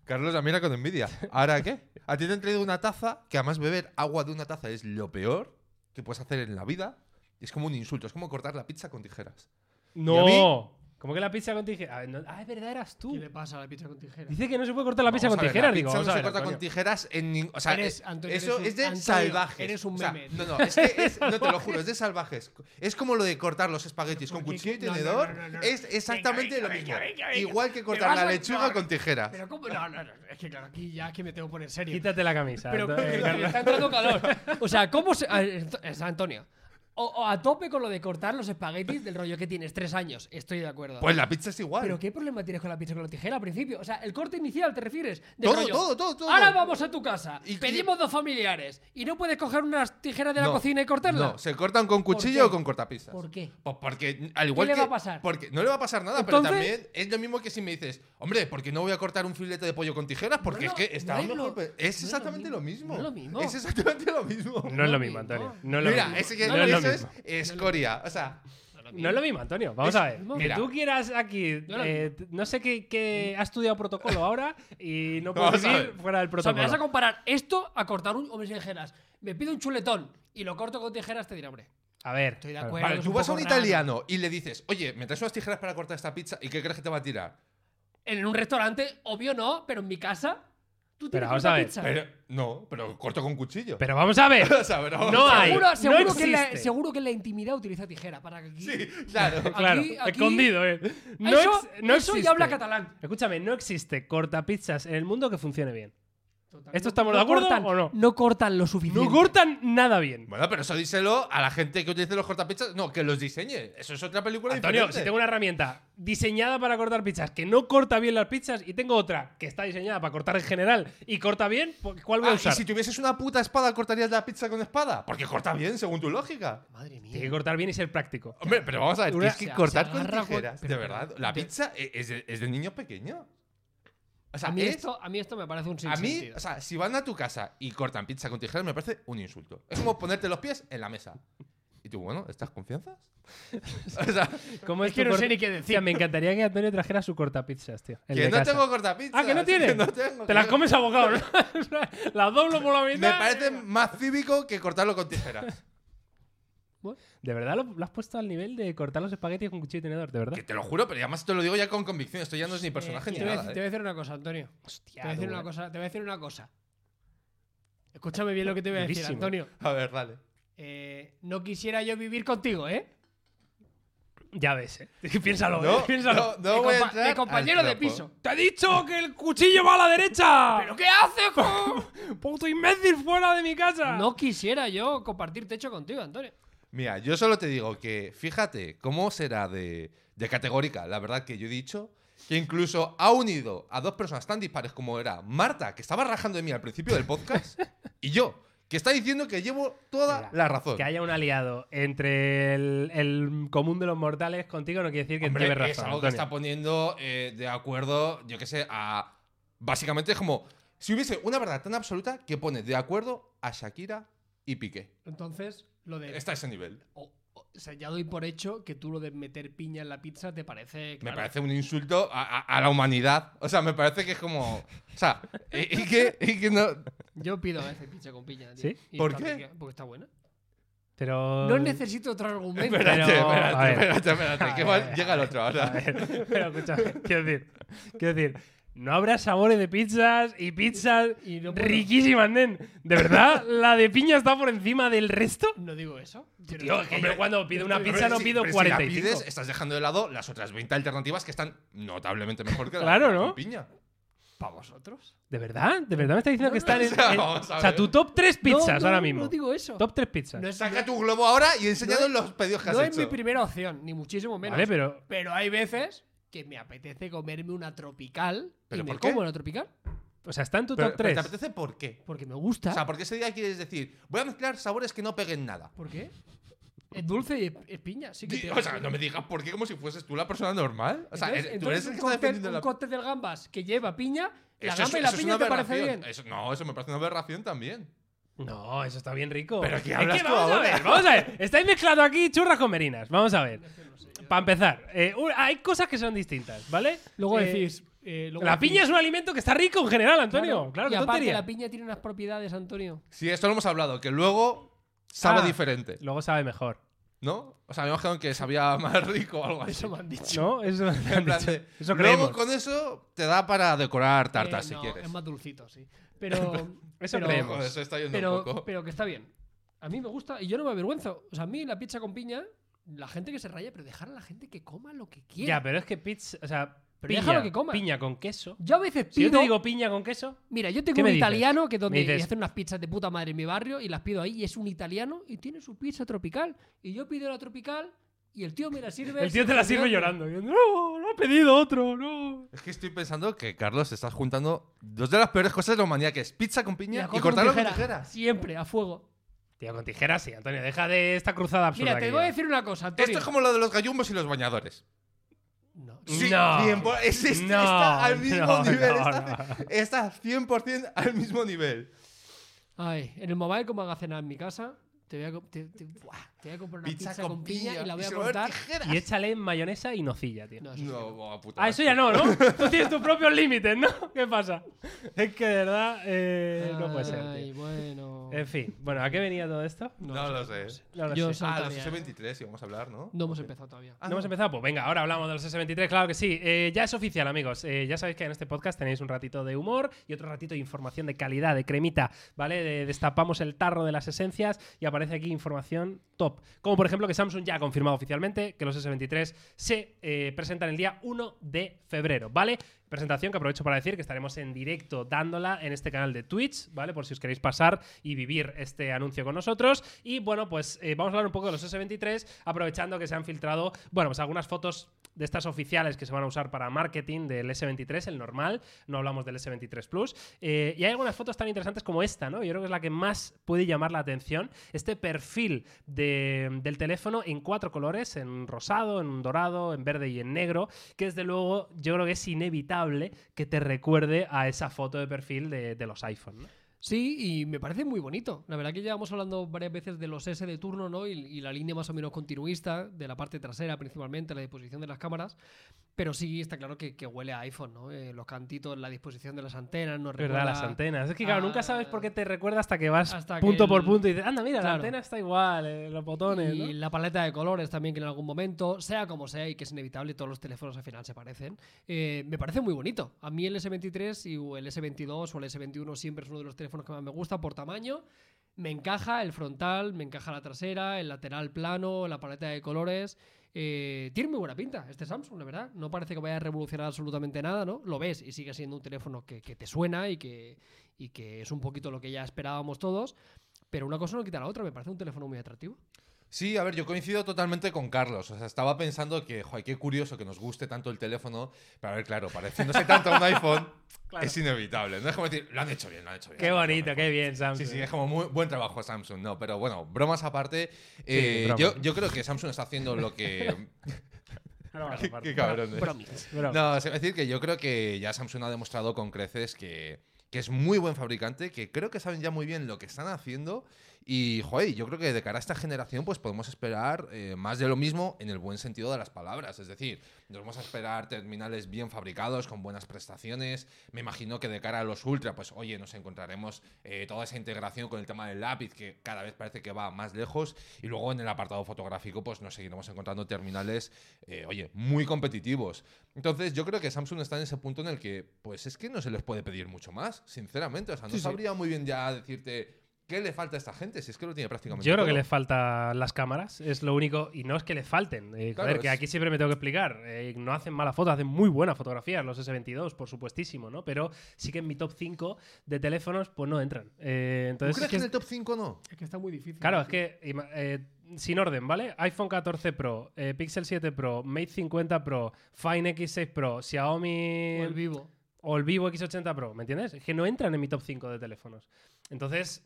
Carlos, la mira con envidia. ¿Ahora qué? A ti te han traído una taza, que además beber agua de una taza es lo peor que puedes hacer en la vida. Y es como un insulto, es como cortar la pizza con tijeras. ¿Y a mí?
¡No! ¿Cómo que la pizza con tijera? Ah, no- ah, es verdad, eras tú.
¿Qué le pasa a la pizza con tijera?
Dice que no se puede cortar la pizza
Vamos
con
a ver,
tijeras,
la
digo.
pizza
vamos
no
a
se
ver,
corta con
Antonio.
tijeras en ningún. O sea,
Eres-
eh,
Antonio,
eso
eres un-
es de
Antonio,
salvajes.
eres un
O sea,
meme.
no, no, es
<laughs>
que es- no te lo juro, es de salvajes. Es como lo de cortar los espaguetis con
¿Por qué?
cuchillo y
No, no,
tenedor.
no, no, no.
Es exactamente
Venga,
lo
venga,
mismo.
venga, venga.
Igual que
Me
cortar
vas
la
a
lechuga
llorar.
con tijeras.
Pero cómo. No, no, no. Es que claro, aquí ya es que me tengo que poner serio.
Quítate la camisa.
Pero
Antonio,
pero
Carlos.
está entrando calor. O sea, ¿cómo se. a- Es Antonio. O, o a tope con lo de cortar los espaguetis del rollo que tienes, tres años. Estoy de acuerdo.
Pues la pizza es igual.
Pero ¿qué problema tienes con la pizza con la tijera al principio? O sea, el corte inicial, ¿te refieres? Del
Todo,
rollo,
todo, todo, todo.
Ahora vamos a tu casa,
Y-
pedimos dos familiares y no puedes coger unas tijeras de la
No,
cocina y cortarlas.
No, se cortan con cuchillo
qué?
o con cortapisas.
¿Por qué?
Pues porque al igual
le
que-
va a pasar?
Porque no le va a pasar nada, pero
Entonces-
también es lo mismo que si me dices, hombre, ¿por qué no voy a cortar un filete de pollo con tijeras? Porque
No,
es que
no,
está
no es
mejor,
lo-
pero
no
es
es lo
exactamente lo
mismo,
mismo.
no es lo mismo.
Es exactamente lo mismo.
No es lo
No,
mismo, Antonio.
no.
No es lo
Mira,
mismo.
ese que
no es lo
eso es
mismo.
escoria. O sea,
No es lo mismo, Antonio. Vamos
Es-
a ver. Que
mira.
tú quieras aquí.
No es lo
eh, t- No sé qué, qué ha estudiado protocolo ahora y
<laughs>
no puedo
Vamos a
vivir
ver.
fuera del
O sea, me vas a
protocolo.
comparar esto a cortar un hombre sin tijeras. Me pido un chuletón y lo corto con tijeras, te diré, hombre.
A ver.
Estoy de
a ver.
acuerdo.
vale,
es
tú
un
vas a
poco
un
raro.
italiano y le dices, oye, ¿me traes unas tijeras para cortar esta pizza? ¿Y qué crees que te va a tirar?
En un restaurante, obvio no, pero en mi casa, tú
Pero
tienes
vamos
que
a ver,
pizza.
Pero, no, pero corto con cuchillo.
Pero vamos a ver.
<laughs> O sea, pero vamos
No
a ver.
hay.
Seguro, seguro
no
que en la,
existe.
seguro que en la intimidad utiliza tijera para que
<laughs>
aquí.
Sí, claro.
Claro,
<laughs> aquí-
escondido, eh. No,
eso
ex- no
eso
existe.
ya habla catalán.
Escúchame, no existe cortapizzas en el mundo que funcione bien.
Total.
¿Esto
No-
estamos
no
de acuerdo
cortan-
o no?
No cortan lo suficiente.
No cortan nada bien.
Bueno, pero eso díselo a la gente que utilice los cortapichas. No, que los diseñe. Eso es otra película
Antonio,
diferente.
si tengo una herramienta diseñada para cortar pizzas que no corta bien las pizzas y tengo otra que está diseñada para cortar en general y corta bien, pues, ¿cuál voy a
Ah,
usar?
y si tuvieses una puta espada, ¿cortarías la pizza con espada? Porque corta bien, según tu lógica.
Madre
¿Eh?
mía.
Tiene que cortar bien y ser práctico.
Hombre, pero vamos a ver,
Una-
tienes que
se-
cortar
se
con
agarra con-
tijeras,
pero-
de verdad. La pizza e- es de, es de niños pequeños. O sea,
a, mí
es-
esto, a mí esto me parece un
a mí,
sinsentido.
o sea, si van a tu casa y cortan pizza con tijeras, me parece un insulto. Es como ponerte los pies en la mesa. Y tú, bueno, ¿estás confianzas? <laughs> o sea,
¿Cómo
es que
tu
no
cor-
sé ni qué decir.
Tía, me encantaría que Antonio trajera su cortapizzas, tío. el
que
de
no
casa.
tengo cortapizzas.
Ah, que no tiene.
que no tengo,
Te
que
las
no-
comes a bocado, ¿no? las doblo por <laughs> la
Me
mitad.
parece más cívico que cortarlo con tijeras.
De verdad lo, lo has puesto al nivel de cortar los espaguetis con cuchillo y tenedor, de verdad.
que te lo juro, pero además te lo digo ya con convicción. Esto ya no es ni personaje
Eh,
ni
te, voy a
nada.
decir-
¿eh?
te voy a decir una cosa, Antonio.
Hostia,
Te voy a decir
tú,
una
eh.
cosa. Te voy a decir una cosa. Escúchame bien lo que te voy a decir,
Durísimo.
Antonio.
A ver, dale.
Eh, no quisiera yo vivir contigo, ¿eh?
Ya ves, eh. <laughs> Piénsalo,
No,
eh, piénsalo.
no, no
de,
voy a
compa-
entrar
de compañero
al
de
trapo.
piso.
¡Te he dicho que el cuchillo va a la derecha!
¿Pero qué haces, jo?
¡Puto imbécil fuera de mi casa!
<laughs> No quisiera yo compartir techo contigo, Antonio.
Mira, yo solo te digo que fíjate cómo será de, de categórica la verdad que yo he dicho, que incluso ha unido a dos personas tan dispares como era Marta, que estaba rajando de mí al principio del podcast, y yo, que está diciendo que llevo toda
Mira,
la razón.
Que haya un aliado entre el, el común de los mortales contigo no quiere decir que
Hombre,
lleves razón.
es algo que
Antonio.
está poniendo eh, de acuerdo, yo qué sé, a... Básicamente es como si hubiese una verdad tan absoluta que pone de acuerdo a Shakira y Piqué.
Entonces, lo de.
Está a ese nivel.
o- o- o sea, ya doy por hecho que tú lo de meter piña en la pizza te parece.
Me
claro.
parece un insulto a, a- a la humanidad. O sea, me parece que es como. O sea, y, y que, y que no.
Yo pido a veces pizza con piña. tío.
¿Sí?
Y
¿Por
está
qué?
rica, Porque está buena.
Pero.
No necesito otro argumento.
Espérate,
Pero, a
espérate,
ver.
espérate, espérate, Que
A <laughs>
va-
ver,
llega el otro
A
ahora.
ver, pero escúchame, quiero decir, quiero decir, no habrá sabores de pizzas y pizzas
Y no puedo.
riquísimas, nen. ¿De verdad la de piña está por encima del resto?
No digo eso. Yo no
Tío,
estoy-
que yo cuando pido una
Pero
pizza no
si-
pido
pero si la
45.
pides, estás dejando de lado las otras 20 alternativas que están notablemente mejor que la
Claro,
con
¿no?
piña.
¿Para vosotros?
¿De verdad? ¿De verdad me estás diciendo
No,
que
no,
están
o
en,
sea,
en-
vamos a
O sea,
ver.
tu top 3 pizzas
No, no,
ahora mismo.
No digo eso.
Top 3 pizzas.
No es,
Saca tu globo ahora y enséñanos
No es-
los pedidos que has
no es
hecho.
mi primera opción, ni muchísimo menos.
Vale, pero.
Pero hay veces que me apetece comerme una tropical.
¿Pero
y me
por qué?
como una tropical.
O sea, está en tu
Pero-
top
pero
3.
¿Te apetece por qué?
Porque me gusta.
O sea, porque ese día quieres decir, voy a mezclar sabores que no peguen nada.
¿Por qué? Es dulce y es, es piña. Sí que
Di-
tiene-
O sea, no me digas por qué como si fueses tú la persona normal. O sea,
Entonces-
eres- tú eres
entonces
el que está
un cóctel-
defendiendo la
Un cóctel del gambas que lleva piña. La
Eso es-
gamba y la
eso es
piña
una
te parece
aberración.
bien.
Eso- no, eso me parece una aberración también.
No, eso está bien rico.
Pero ¿qué
Es
hablas
que
tú
vamos
ahora?
A ver, vamos a ver. Estáis mezclando aquí churras con merinas. Vamos a ver. Para empezar, eh, un- hay cosas que son distintas, ¿vale?
Luego
Eh,
decís. eh, luego
La
decís-
piña es un alimento que está rico en general, Antonio. Claro,
y
qué
aparte
tontería.
la piña tiene unas propiedades,
<laughs>
Antonio.
Sí, esto lo hemos hablado, que luego sabe
Ah.
diferente,
Luego sabe mejor.
¿no? O sea, me imagino que sabía más rico o algo así.
Eso me han dicho.
¿No?
<laughs>
Eso, me han
En plan
dicho.
de,
Eso creemos.
luego con eso te da para decorar tartas
Eh,
si
no,
quieres.
Es más dulcito, sí. Pero.
Eso
pero-
creemos.
Joder, <laughs> eso está yendo un
Pero,
poco.
pero que está bien. A mí me gusta y yo no me avergüenzo. O sea, a mí la pizza con piña, la gente que se raya, pero dejar a la gente que coma lo que quiera.
Ya, pero es que pizza. O sea,
Pero
piña,
déjalo que coma.
piña con queso.
Yo a veces pido.
Si yo te digo piña con queso,
Mira, yo
¿Qué
tengo
me
un
dices?
italiano que donde
Me dices-
y hacen unas pizzas de puta madre en mi barrio y las pido ahí y es un italiano y tiene su pizza tropical y yo pido la tropical y el tío me la sirve.
<laughs> el tío te la sirve llorando. No, no ha pedido otro, no.
Es que estoy pensando que, Carlos, estás juntando dos de las peores cosas de la humanidad, que es pizza con
Y, la
piña y
corto con
cortarlo con
tijera,
tijeras.
Siempre a fuego.
Tío, con tijeras sí, Antonio. Deja de esta cruzada absurda.
Mira, te
que
voy a
llevas.
decir una cosa, Antonio.
Esto es como lo de los gallumbos y los bañadores.
No.
Sí, pues, No.
cien por- es- es-
No,
está al mismo
no,
nivel.
no,
está, está 100% al mismo nivel.
Ay, en el mobile como haga cenar en mi casa, te voy a, co- te, te- buah, te voy a comprar una pizza, con, piña, y la voy a
se va ver
cortar.
tijeras.
Y échale mayonesa y nocilla, tío.
No, eso sí que
No,
no.
buah, puta
Ah, eso ya no, ¿no? Tú tienes tus propios límites, ¿no? ¿Qué pasa? Es que de verdad eh, no puede ser,
Ay,
tío.
bueno.
En fin, bueno, ¿a qué venía todo esto?
No, lo sé.
No lo
Yo
sé.
sé-
Ah, los
todavía, ¿eh?
S23 íbamos a hablar, ¿no?
No hemos empezado todavía.
Ah,
¿No hemos empezado? Pues venga, ahora hablamos de los S23, claro que sí. Eh, ya es oficial, amigos. Eh, ya sabéis que en este podcast tenéis un ratito de humor y otro ratito de información de calidad, de cremita, ¿vale? De- destapamos el tarro de las esencias y aparece aquí información top. Como por ejemplo que Samsung ya ha confirmado oficialmente que los S23 se eh, presentan el día 1 de febrero, ¿vale? presentación que aprovecho para decir que estaremos en directo dándola en este canal de Twitch, ¿vale? Por si os queréis pasar y vivir este anuncio con nosotros. Y bueno, pues eh, vamos a hablar un poco de los S23, aprovechando que se han filtrado, bueno, pues algunas fotos de estas oficiales que se van a usar para marketing del S23, el normal, no hablamos del S23 Plus. Eh, y hay algunas fotos tan interesantes como esta, ¿no? Yo creo que es la que más puede llamar la atención. Este perfil de- del teléfono en cuatro colores, en rosado, en dorado, en verde y en negro, que desde luego yo creo que es inevitable que te recuerde a esa foto de perfil de, de los iPhone. ¿no?
Sí, y me parece muy bonito. La verdad que llevamos hablando varias veces de los S de turno, ¿no? Y, y la línea más o menos continuista, de la parte trasera principalmente, la disposición de las cámaras. Pero sí, está claro que, que huele a iPhone, ¿no? Eh, los cantitos, la disposición de las antenas, nos
¿Verdad?
recuerda-
Las antenas. Es que claro,
a-
nunca sabes por qué te recuerda hasta que vas
hasta que
punto por
el-
punto y dices, anda, mira, la
Claro.
antena está igual, eh, los botones. ¿no?
Y la paleta de colores también, que en algún momento, sea como sea, y que es inevitable, todos los teléfonos al final se parecen. eh, me parece muy bonito. A mí el S23 y o el S22 o el S21 siempre es uno de los teléfonos que más me gusta por tamaño. Me encaja el frontal, me encaja la trasera, el lateral plano, la paleta de colores. Eh, tiene muy buena pinta este Samsung, la verdad. No parece que vaya a revolucionar absolutamente nada, ¿no? Lo ves y sigue siendo un teléfono que, que te suena y que, y que es un poquito lo que ya esperábamos todos. Pero una cosa no quita la otra, me parece un teléfono muy atractivo.
Sí, a ver, yo coincido totalmente con Carlos. O sea, estaba pensando que, joder, qué curioso que nos guste tanto el teléfono. Pero a ver, claro, pareciéndose tanto a un
<laughs>
iPhone, es inevitable. No es como decir, lo han hecho bien, lo han hecho bien. <laughs>
Qué
lo han hecho
bonito,
mejor.
qué bien, Samsung.
Sí, sí, es como muy buen trabajo Samsung, no, pero bueno, bromas aparte, eh,
bromas.
yo, yo creo que Samsung está haciendo
<laughs>
lo que...
Ahora vamos a
qué,
parte.
qué cabrones.
Promis.
Bravo.
No, es decir, que yo creo que ya Samsung ha demostrado con creces que, que es muy buen fabricante, que creo que saben ya muy bien lo que están haciendo. Y, joder, yo creo que de cara a esta generación, pues podemos esperar eh, más de lo mismo en el buen sentido de las palabras. Es decir, nos vamos a esperar terminales bien fabricados, con buenas prestaciones. Me imagino que de cara a los Ultra, pues, oye, nos encontraremos eh, toda esa integración con el tema del lápiz, que cada vez parece que va más lejos. Y luego en el apartado fotográfico, pues nos seguiremos encontrando terminales, eh, oye, muy competitivos. Entonces, yo creo que Samsung está en ese punto en el que, pues es que no se les puede pedir mucho más, sinceramente. O sea, no
Sí, sí.
sabría muy bien ya decirte qué le falta a esta gente, si es que lo tiene prácticamente.
Yo creo que
todo.
le faltan las cámaras, es lo único, y no es que le falten. eh,
Claro,
joder, que
es-
aquí siempre me tengo que explicar. eh, no hacen mala foto, hacen muy buenas fotografías los S22, por supuestísimo, ¿no? Pero sí que en mi top 5 de teléfonos, pues no entran. Eh,
¿Tú
entonces,
crees
es que
que en el top 5 no?
Es que está muy difícil.
Claro, es que ima- eh, sin orden, ¿vale? iPhone 14 Pro, eh, Pixel 7 Pro, Mate 50 Pro, Fine X6 Pro, Xiaomi
el vivo.
o el Vivo X80 Pro, ¿me entiendes? Es Que no entran en mi top 5 de teléfonos. Entonces,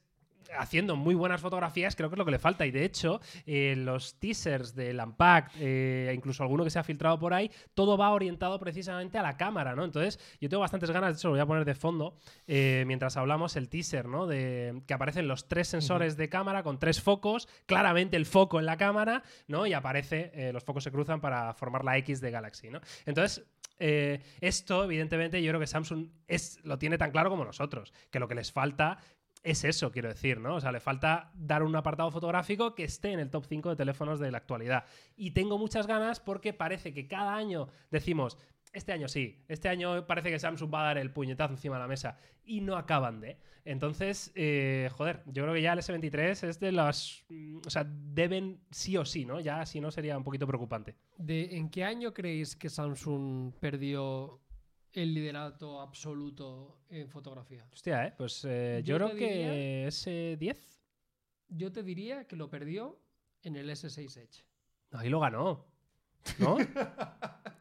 haciendo muy buenas fotografías, creo que es lo que le falta. Y de hecho, eh, los teasers del Unpacked, eh, incluso alguno que se ha filtrado por ahí, todo va orientado precisamente a la cámara, ¿no? Entonces, yo tengo bastantes ganas, de hecho, lo voy a poner de fondo eh, mientras hablamos el teaser, ¿no? De que aparecen los tres sensores de cámara con tres focos, claramente el foco en la cámara, ¿no? Y aparece, eh, los focos se cruzan para formar la X de Galaxy, ¿no? Entonces, eh, esto, evidentemente, yo creo que Samsung es, lo tiene tan claro como nosotros, que lo que les falta es eso, quiero decir, ¿no? O sea, le falta dar un apartado fotográfico que esté en el top 5 de teléfonos de la actualidad. Y tengo muchas ganas porque parece que cada año decimos, este año sí, este año parece que Samsung va a dar el puñetazo encima de la mesa y no acaban de. Entonces, eh, joder, yo creo que ya el S23 es de las... mm, O sea, deben sí o sí, ¿no? Ya si no sería un poquito preocupante.
De, ¿En qué año creéis que Samsung perdió el liderato absoluto en fotografía?
Hostia, ¿eh? Pues eh, yo,
Yo
creo
te
que
diría-
es eh, 10.
Yo te diría que lo perdió en el S6 Edge.
Ahí lo ganó.
<laughs>
¿No?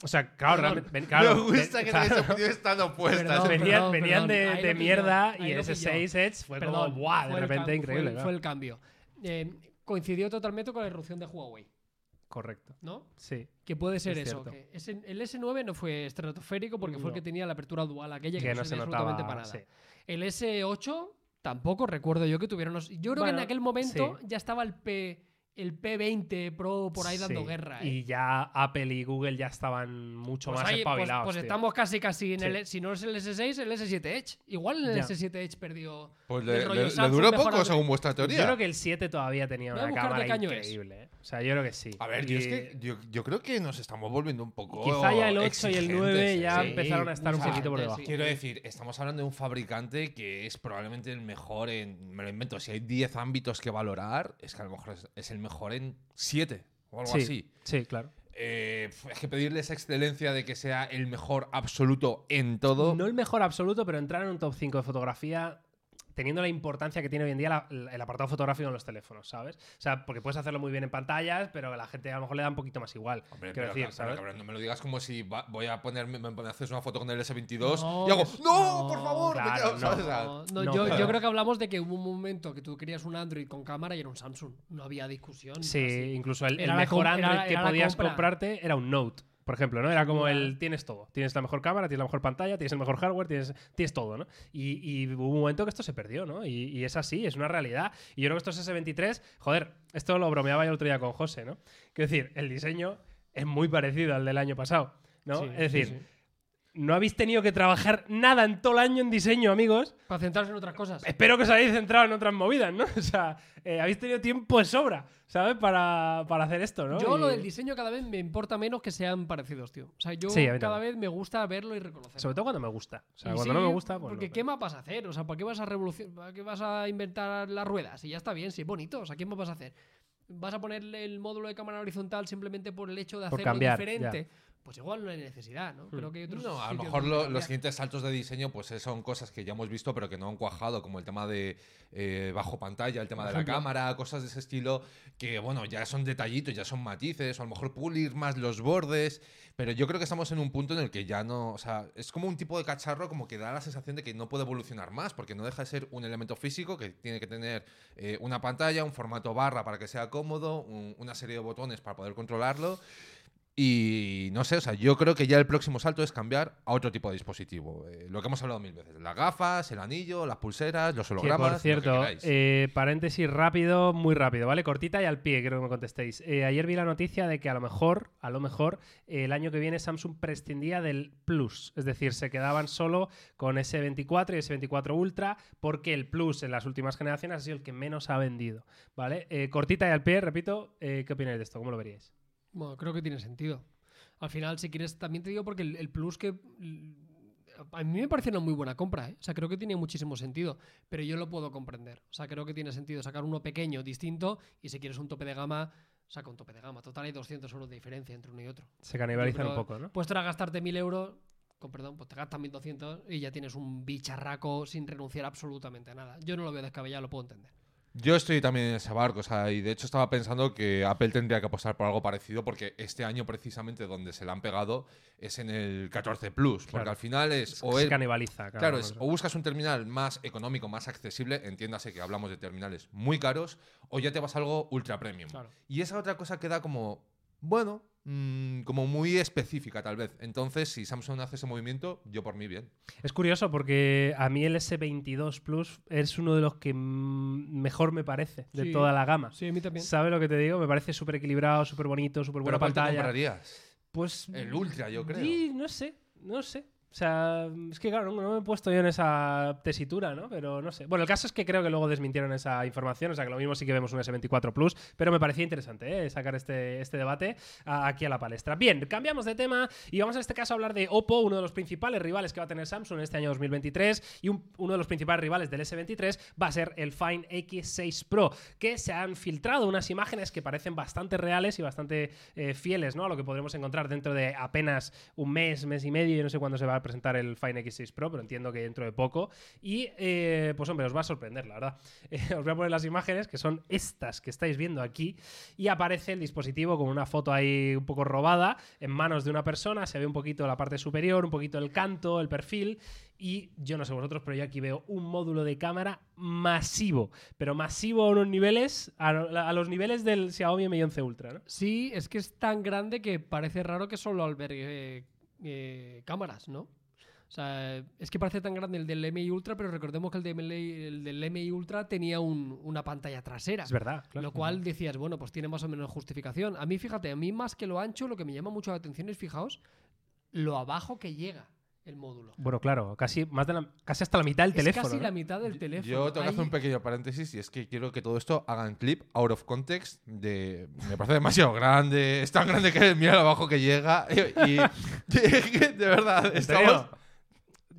o sea, claro,
Perdón.
realmente. ven- claro,
me gusta
ven-
que
claro,
te hayas opinión tan opuesta.
Perdón,
venían
perdón,
venían de,
perdón. Ahí
de
lo pilló,
mierda
ahí
y
lo
ese
pilló.
6 Edge fue como,
Perdón,
¡guau!
fue
De
el
repente
cam-
increíble.
Fue, el-
claro.
fue el cambio. Eh, coincidió totalmente con la irrupción de Huawei,
Correcto.
¿no?
Sí.
Que puede ser
Es
eso.
cierto. Mm,
que ese- el S9 no fue estratosférico porque fue
No.
el que tenía la apertura dual aquella que,
Que no se
servía
notaba.
absolutamente para nada.
sí.
El S8 tampoco recuerdo yo que tuvieron los- Yo creo que
Bueno,
en aquel momento ya estaba el P el P20 Pro por ahí dando
Sí.
guerra. ¿eh?
Y ya Apple y Google ya estaban mucho
Pues
más
ahí, pues-
espabilados.
pues
tío.
estamos casi casi en
Sí.
el E, si no es el S6, el S7 Edge. Igual el
Ya.
S7 Edge perdió.
Pues
El
le,
rollo
le- le
Samsung
duró
mejora
poco,
de-
según vuestra
Yo
teoría.
creo que el 7 todavía tenía
Voy a
una
buscar de
cámara
caño es.
increíble. ¿eh? O sea, yo creo que sí.
A ver,
Y-
yo, es que, yo, yo creo que nos estamos volviendo un poco.
Quizá ya el 8 y el 9
exigentes,
ya
¿eh?
empezaron a estar un
mucha
poquito por
gente,
debajo.
sí.
Quiero decir, estamos hablando de un fabricante que es probablemente el mejor en. Me lo invento, si hay 10 ámbitos que valorar, es que a lo mejor es, es el mejor en 7 o algo
Sí,
así.
sí, claro.
eh, es que pedirle esa excelencia de que sea el mejor absoluto en todo.
No el mejor absoluto, pero entrar en un top 5 de fotografía teniendo la importancia que tiene hoy en día la- la- el apartado fotográfico en los teléfonos, ¿sabes? O sea, porque puedes hacerlo muy bien en pantallas, pero a la gente a lo mejor le da un poquito más igual.
Hombre,
quiero
pero
decir,
ca- pero,
¿sabes?
cabrón, no me lo digas como si va- voy a ponerme, me, me haces una foto con el S22
No,
y hago,
es-
¡No,
no,
por favor! me
claro,
quedo", <laughs> ¿sabes?
no.
O sea,
No, no,
no,
yo,
claro.
yo creo que hablamos de que hubo un momento que tú querías un Android con cámara y era un Samsung. No había discusión.
Sí,
así.
incluso el, el
Era la
mejor
com-
Android
era-
que
era la
podías
compra.
comprarte era un Note, por ejemplo, ¿no? Era como
duda.
el tienes todo. Tienes la mejor cámara, tienes la mejor pantalla, tienes el mejor hardware, tienes, tienes todo, ¿no? Y, y hubo un momento que esto se perdió, ¿no? Y, y es así, es una realidad. Y yo creo que estos S23, joder, esto lo bromeaba yo el otro día con José, ¿no? Quiero decir, el diseño es muy parecido al del año pasado, ¿no?
Sí,
es
sí,
decir,
sí.
no habéis tenido que trabajar nada en todo el año en diseño, amigos.
Para centrarse en otras cosas.
Espero que os hayáis centrado en otras movidas, ¿no? <laughs> O sea, eh, habéis tenido tiempo de sobra, ¿sabes? Para, para hacer esto, ¿no?
Yo
Y-
lo del diseño cada vez me importa menos que sean parecidos, tío. O sea, yo
Sí, a mí
cada
también.
vez me gusta verlo y reconocerlo.
Sobre todo cuando me gusta. O sea,
Y
cuando
sí,
no me gusta, pues
Porque
no,
¿qué
pero-
más vas a hacer? O sea, ¿para qué vas a revolucionar? ¿Para qué vas a inventar las ruedas? Si ya está bien, si es bonito. O sea, ¿qué más vas a hacer? ¿Vas a ponerle el módulo de cámara horizontal simplemente por el hecho de
Por
hacerlo
cambiar, Hmm.
diferente? Pues igual no hay necesidad, ¿no? Creo que hay otros
No, a lo
sitios
mejor
donde
lo-
cambiar.
los siguientes saltos de diseño pues eh, son cosas que ya hemos visto pero que no han cuajado, como el tema de eh, bajo pantalla, el tema
Por
de
ejemplo.
la cámara, cosas de ese estilo, que bueno, ya son detallitos, ya son matices, o a lo mejor pulir más los bordes, pero yo creo que estamos en un punto en el que ya no, o sea, es como un tipo de cacharro como que da la sensación de que no puede evolucionar más, porque no deja de ser un elemento físico que tiene que tener eh, una pantalla, un formato barra para que sea cómodo, un- una serie de botones para poder controlarlo. Y no sé, o sea, yo creo que ya el próximo salto es cambiar a otro tipo de dispositivo. Eh, lo que hemos hablado mil veces: las gafas, el anillo, las pulseras, los
Que,
hologramas.
por
lo que
cierto,
queráis.
eh, paréntesis rápido, muy rápido, ¿vale? Cortita y al pie, creo que me contestéis. Eh, ayer vi la noticia de que a lo mejor, a lo mejor, eh, el año que viene Samsung prescindía del Plus. Es decir, se quedaban solo con S24 y S24 Ultra, porque el Plus en las últimas generaciones ha sido el que menos ha vendido, ¿vale? Eh, cortita y al pie, repito, eh, ¿qué opináis de esto? ¿Cómo lo veríais?
Bueno, creo que tiene sentido. Al final, si quieres, también te digo porque el, el plus que. l- A mí me parece una muy buena compra, ¿eh? O sea, creo que tiene muchísimo sentido, pero yo lo puedo comprender. O sea, creo que tiene sentido sacar uno pequeño, distinto, y si quieres un tope de gama, saca un tope de gama. Total, hay 200 euros de diferencia entre uno y otro.
Se canibalizan
Yo
un
creo-
poco, ¿no?
Puesto a gastarte 1000 euros, con perdón, pues te gastas 1200 y ya tienes un bicharraco sin renunciar absolutamente a nada. Yo no lo veo descabellado, lo puedo entender.
Yo estoy también en ese barco, o sea, y de hecho estaba pensando que Apple tendría que apostar por algo parecido porque este año precisamente donde se la han pegado es en el 14 Plus,
Claro.
porque al final es o
se
el-
canibaliza.
Claro,
no
es,
sé.
o buscas un terminal más económico, más accesible, entiéndase que hablamos de terminales muy caros, o ya te vas a algo ultra premium.
Claro.
Y esa otra cosa queda como, bueno, mm, como muy específica tal vez. Entonces, si Samsung hace ese movimiento, yo por mí bien.
Es curioso porque a mí el S22 Plus es uno de los que mm, mejor me parece de
Sí.
toda la gama.
Sí, a mí también.
¿Sabes lo que te digo? Me parece súper equilibrado, súper bonito, súper buena
¿Pero cuál te
pantalla.
comprarías?
Pues
El Ultra, yo creo.
Sí, no sé, no sé. O sea, es que claro, no, no me he puesto yo en esa tesitura, ¿no? Pero no sé. Bueno, el caso es que creo que luego desmintieron esa información, o sea que lo mismo sí que vemos un S24 Plus, pero me parecía interesante ¿eh? sacar este, este debate a- aquí a la palestra. Bien, cambiamos de tema y vamos en este caso a hablar de Oppo, uno de los principales rivales que va a tener Samsung este año 2023 y un- uno de los principales rivales del S23 va a ser el Fine X6 Pro, que se han filtrado unas imágenes que parecen bastante reales y bastante eh, fieles ¿no? a lo que podremos encontrar dentro de apenas un mes, mes y medio. Yo no sé cuándo se va a presentar el Fine X6 Pro, pero entiendo que dentro de poco. Y eh, pues hombre, os va a sorprender, la verdad. <laughs> Eh, os voy a poner las imágenes, que son estas que estáis viendo aquí, y aparece el dispositivo con una foto ahí un poco robada en manos de una persona. Se ve un poquito la parte superior, un poquito el canto, el perfil. Y yo no sé vosotros, pero yo aquí veo un módulo de cámara masivo, pero masivo a unos niveles, a, a los niveles del Xiaomi Mi 11 Ultra, ¿no?
Sí, es que es tan grande que parece raro que solo albergue eh, eh, cámaras, ¿no? O sea, es que parece tan grande el del MI Ultra, pero recordemos que el, del MI el del MI Ultra tenía un- una pantalla trasera.
Es verdad, claro.
Lo cual decías, bueno, pues tiene más o menos justificación. A mí, fíjate, a mí más que lo ancho, lo que me llama mucho la atención es, fijaos, lo abajo que llega el módulo.
Bueno, claro, casi, más de la- casi hasta la mitad del
es
teléfono.
casi
¿no?
la mitad del teléfono.
Yo tengo que hacer
Ahí-
un pequeño paréntesis y es que quiero que todo esto hagan clip out of context de me parece demasiado grande, es tan grande que mira lo abajo que llega y, y- <laughs> de verdad,
¿En serio?
estamos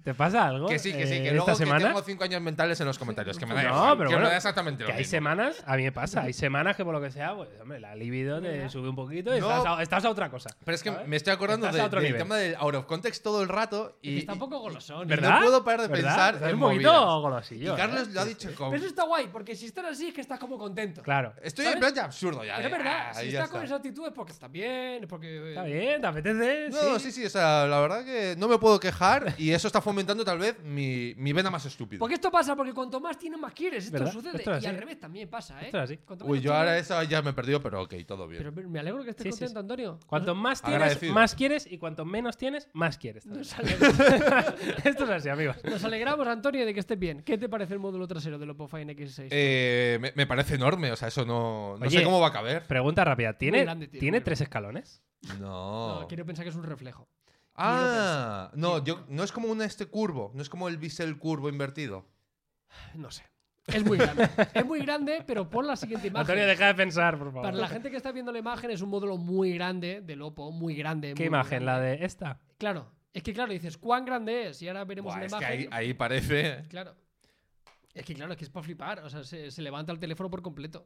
¿Te pasa algo?
Que sí, que sí,
eh,
que luego
esta
que
semana.
tengo cinco años mentales en los comentarios. Que me da
No,
igual,
pero
que me
bueno,
da exactamente lo
Que hay
mismo.
semanas, a mí me pasa,
<laughs>
hay semanas que por lo que sea, pues, hombre, la libido te sube un poquito y
No.
estás, a, estás a otra cosa.
Pero es que
¿sabes?
me estoy acordando
Estás a
de-
otro
del
nivel.
tema del out of context todo el rato y,
Y está un poco golosón. ¿eh?
¿Verdad?
¿verdad?
no puedo parar de
¿Verdad?
pensar
Estás
en
un poquito
movidas. y
golosillo. ¿eh?
Carlos lo ha dicho con...
Pero eso está guay, porque si estás así es que estás como contento.
Claro.
Estoy
¿sabes?
en plan de absurdo ya.
Pero es
de,
verdad,
ah,
si
y
estás
ya
con
está.
esa actitud es porque está bien, es porque... eh,
Está bien, te apetece.
No, sí, sí, o sea, la verdad que no me puedo quejar y eso está fomentando tal vez mi, mi vena más estúpida.
Porque esto pasa, porque cuanto más tienes, más quieres. Esto
¿Verdad?
sucede.
Esto es
y al
así.
revés también pasa, ¿eh?
Esto es así.
Cuanto
Uy,
menos
yo ahora
tienes-
eso ya me he perdido, pero ok, todo bien.
Pero me alegro que estés
Sí, sí,
contento, Antonio.
Cuanto más tienes,
Agradecido.
más quieres, y cuanto menos tienes, más quieres. <laughs>
<laughs> Nos, ale-
Esto es así, amigos.
nos alegramos, Antonio, de que estés bien. ¿Qué te parece el módulo trasero del Oppo Fine X6?
Eh, me, me parece enorme, o sea, eso no, no
Oye.
sé cómo va a caber.
Pregunta rápida, ¿tiene,
Muy grande, tío,
¿tiene
muy
tres escalones?
No.
No, quiero pensar que es un reflejo.
ah, no, yo, no es como un este curvo, no es como el bisel curvo invertido.
No sé. Es muy grande. es muy grande, pero pon la siguiente imagen.
Antonio, deja de pensar, por favor.
Para la gente que está viendo la imagen, es un módulo muy grande del Oppo, muy grande.
¿Qué
muy
imagen?
grande.
¿La de esta?
Claro. Es que, claro, dices, ¿cuán grande es? Y ahora veremos
Buah,
una
es que
imagen.
ahí, ahí parece.
Claro. Es que, claro, es que es para flipar. O sea, se, se levanta el teléfono por completo.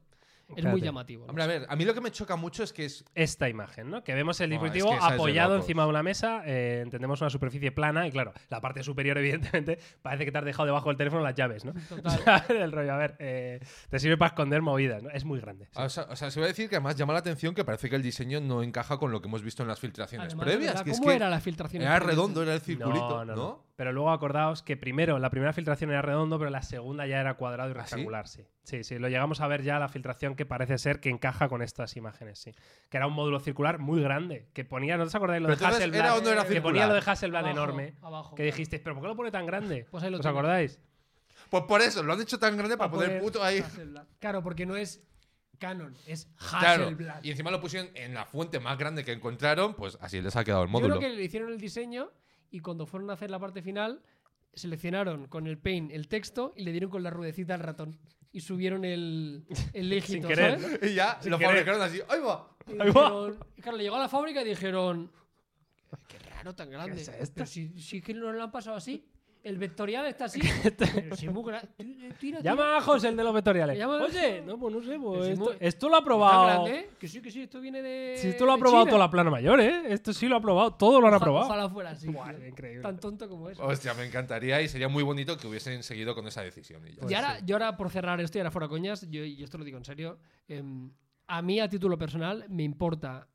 Es muy
Espérate.
llamativo. ¿no?
Hombre, a ver, a mí lo que me choca mucho es que es.
Esta imagen, ¿no? Que vemos el
No, es que
dispositivo
esa es de
apoyado
locos.
encima de una mesa, eh, entendemos una superficie plana y claro, la parte superior <laughs> evidentemente parece que te has dejado debajo del teléfono las llaves, ¿no? <laughs>
Total.
el rollo, a ver, eh, te sirve para esconder movidas, ¿no? Es muy grande. sí.
O sea, o sea, se va a decir que además llama la atención que parece que el diseño no encaja con lo <laughs> que hemos visto en las filtraciones
Además, de
previas.
verdad,
Que es
¿Cómo
que
era la filtración?
era redondo, era el circulito, ¿no?
Pero luego acordaos que primero, la primera filtración era redondo, pero la segunda ya era cuadrado y
¿Ah, sí?
rectangular, sí. Sí, sí, lo llegamos a ver ya la filtración que parece ser que encaja con estas imágenes, sí. Que era un módulo circular muy grande, que ponía, ¿no os acordáis lo
Pero
de
entonces,
Hasselblad?
¿era o no era
que ponía
circular?
lo de Hasselblad
Abajo,
enorme.
abajo,
que
claro.
dijisteis, ¿pero por qué lo pone tan grande?
Pues ahí lo
¿Os
tenéis.
acordáis?
Pues por eso, lo han hecho tan grande para
Para
poner
poder-
puto ahí.
Claro, porque no es Canon, es
Claro.
Hasselblad.
Y encima lo pusieron en la fuente más grande que encontraron, pues así les ha quedado el
Yo
módulo.
creo que le hicieron el diseño y cuando fueron a hacer la parte final, seleccionaron con el paint el texto y le dieron con la ruedecita al ratón. Y subieron el,
<laughs>
el
Sin
dígito,
querer.
<laughs>
¿sabes?
Y ya
Sin
lo
querer.
fabricaron así. ¡Ay, va!
Y
Ahí va.
dijeron- claro, le llegó a la fábrica y dijeron, qué raro tan grande.
es esto?
Pero si, si es que no lo han pasado así. El vectorial
<laughs>
está así. pero si es muy grande. Tú- eh, tú Tira, tira.
Llama a José, el de los vectoriales.
Llama a-
Oye, no, pues no sé, pues
Es
esto,
muy-
esto lo ha
¿Tan
probado...
grande? ¿eh? Que sí, que sí, esto viene de.
Si esto lo ha
de
probado
China.
toda la plana mayor, ¿eh? Esto sí lo ha probado, todo lo han
Oja-
aprobado.
Ojalá fuera así.
Buah,
tío.
increíble.
Tan tonto como eso.
Hostia, me encantaría y sería muy bonito que hubiesen seguido con esa decisión. y ya.
y
pues
ahora, yo ahora, por cerrar esto y ahora fuera coñas, yo, y esto lo digo en serio, em, a mí a título personal me importa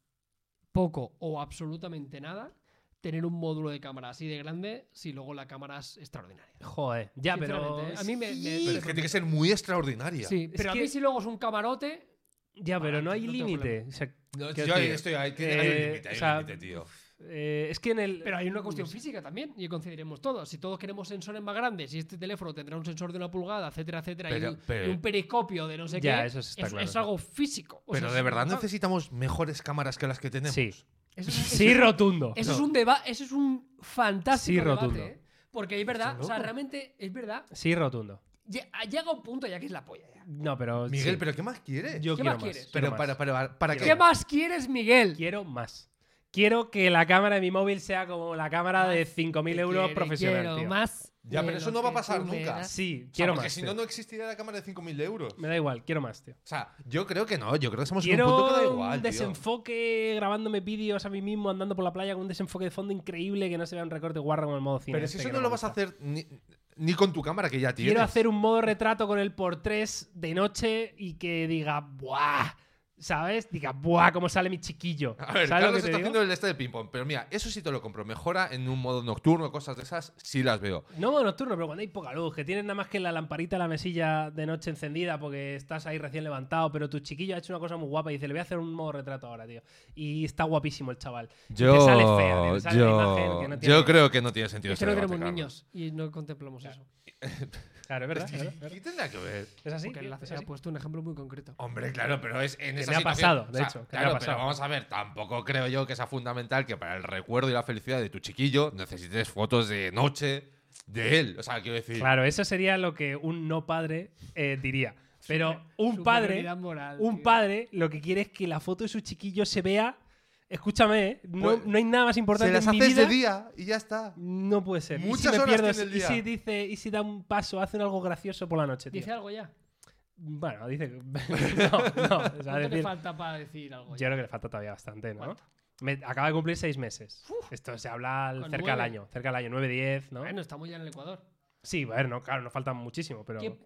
poco o absolutamente nada tener un módulo de cámara así de grande si luego la cámara es extraordinaria.
Joder, ya, pero.
Sinceramente, ¿eh? A mí me- me-
Pero
me
es que tiene que ser muy extraordinaria.
Sí,
Es
pero a
que-
mí si luego es un camarote,
Ya, pero no hay
no tengo
límite. O sea,
No,
quiero
yo ahí
decir,
estoy ahí.
eh,
Tiene hay un límite, hay
o
un
sea,
límite, tío.
eh, es que en el.
pero hay una cuestión física también y concederemos todos. Si todos queremos sensores más grandes y este teléfono tendrá un sensor de una pulgada, etcétera, etcétera,
Pero-
y, un,
pero-
y un periscopio de no sé
Ya,
qué,
eso sí está
es,
claro.
es algo físico. O
Pero
sea,
de
es-
verdad necesitamos mejores cámaras que las que tenemos.
Sí.
eso
<laughs>
es-
Sí, rotundo.
Eso es un deba eso es un fantástico
Sí,
debate,
rotundo.
¿eh? Porque es verdad, o sea, realmente es verdad.
Sí, rotundo.
lle- Llega un punto ya que es la polla. ya.
No, pero.
Miguel,
sí.
¿pero qué más quieres?
Yo
¿Qué
quiero
más quieres?
pero
quiero
para,
más.
para, para
Quiero
¿Qué más quieres, Miguel?
Quiero más. Quiero que la cámara de mi móvil sea como la cámara de 5.000
Te
euros
quiere,
profesional.
quiero
tío.
más.
Ya,
de
pero eso
lo
no va a
que
pasar
tú me
nunca.
das.
Sí,
O sea,
quiero
Ah, porque
más.
si
tío.
no, no existiría la cámara de 5.000 euros.
Me da igual, quiero más, tío.
O sea, yo creo que no. Yo creo que estamos en un punto que da
Quiero
igual.
un
tío.
desenfoque grabándome vídeos a mí mismo andando por la playa con un desenfoque de fondo increíble que no se vea un recorte guarra como el modo cine.
Pero si
este
eso
que
no
me
lo vas
gusta.
a hacer ni, ni con tu cámara que ya tienes.
Quiero hacer un modo retrato con el por 3 de noche y que diga, ¡buah! ¿Sabes? Diga, ¡buah! ¿Cómo sale mi chiquillo?
<laughs> A
¿Sabes lo
ver, Carlos
que
está
te digo?
haciendo el este de ping-pong, pero mira, eso sí te lo compro. Mejora en un modo nocturno, cosas de esas, sí las veo.
No modo nocturno, pero cuando hay poca luz, que tienes nada más que la lamparita de la mesilla de noche encendida porque estás ahí recién levantado, pero tu chiquillo ha hecho una cosa muy guapa y dice, le voy a hacer un modo retrato ahora, tío. Y está guapísimo el chaval. Y te sale fea, tío, te sale la imagen que no tiene-
yo creo que no tiene sentido.
Es que
este
no
debate,
tenemos
Carlos.
niños y no contemplamos eso.
Claro, es
<laughs>
verdad. es verdad.
¿Qué tendrá que ver?
Es así.
Porque el
es
se ha
así.
puesto un ejemplo muy concreto.
Hombre, claro, pero es en
Que
esa
me ha
situación-
pasado, de hecho, que me
claro,
ha pasado.
pero vamos a ver, tampoco creo yo que sea fundamental que para el recuerdo y la felicidad de tu chiquillo necesites fotos de noche de él. O sea, quiero decir.
Claro, eso sería lo que un no padre eh, diría. Pero un padre...
Superioridad moral,
un
tío.
padre lo que quiere es que la foto de su chiquillo se vea escúchame, ¿eh? no,
Pues,
no hay nada más importante
Se las
en mi
haces de
vida.
día y ya está.
No puede ser. ¿Y si
Muchas
me
horas
pierdo?
tiene el
¿Y
día.
si dice, y si da un paso, hace algo gracioso por la noche, tío?
Dice algo ya.
Bueno, dice. no, no. O sea,
¿Cuánto te
decir-
falta para decir algo?
yo creo que le falta todavía bastante, ¿no?
¿Cuánto?
Me- acaba de cumplir seis meses. Esto se habla al-
Con
cerca del
nueve.
año, cerca del año, nueve, diez, ¿no?
Bueno, estamos ya en el Ecuador.
Sí, a ver, no, claro, nos faltan muchísimo, pero.
¿Qué,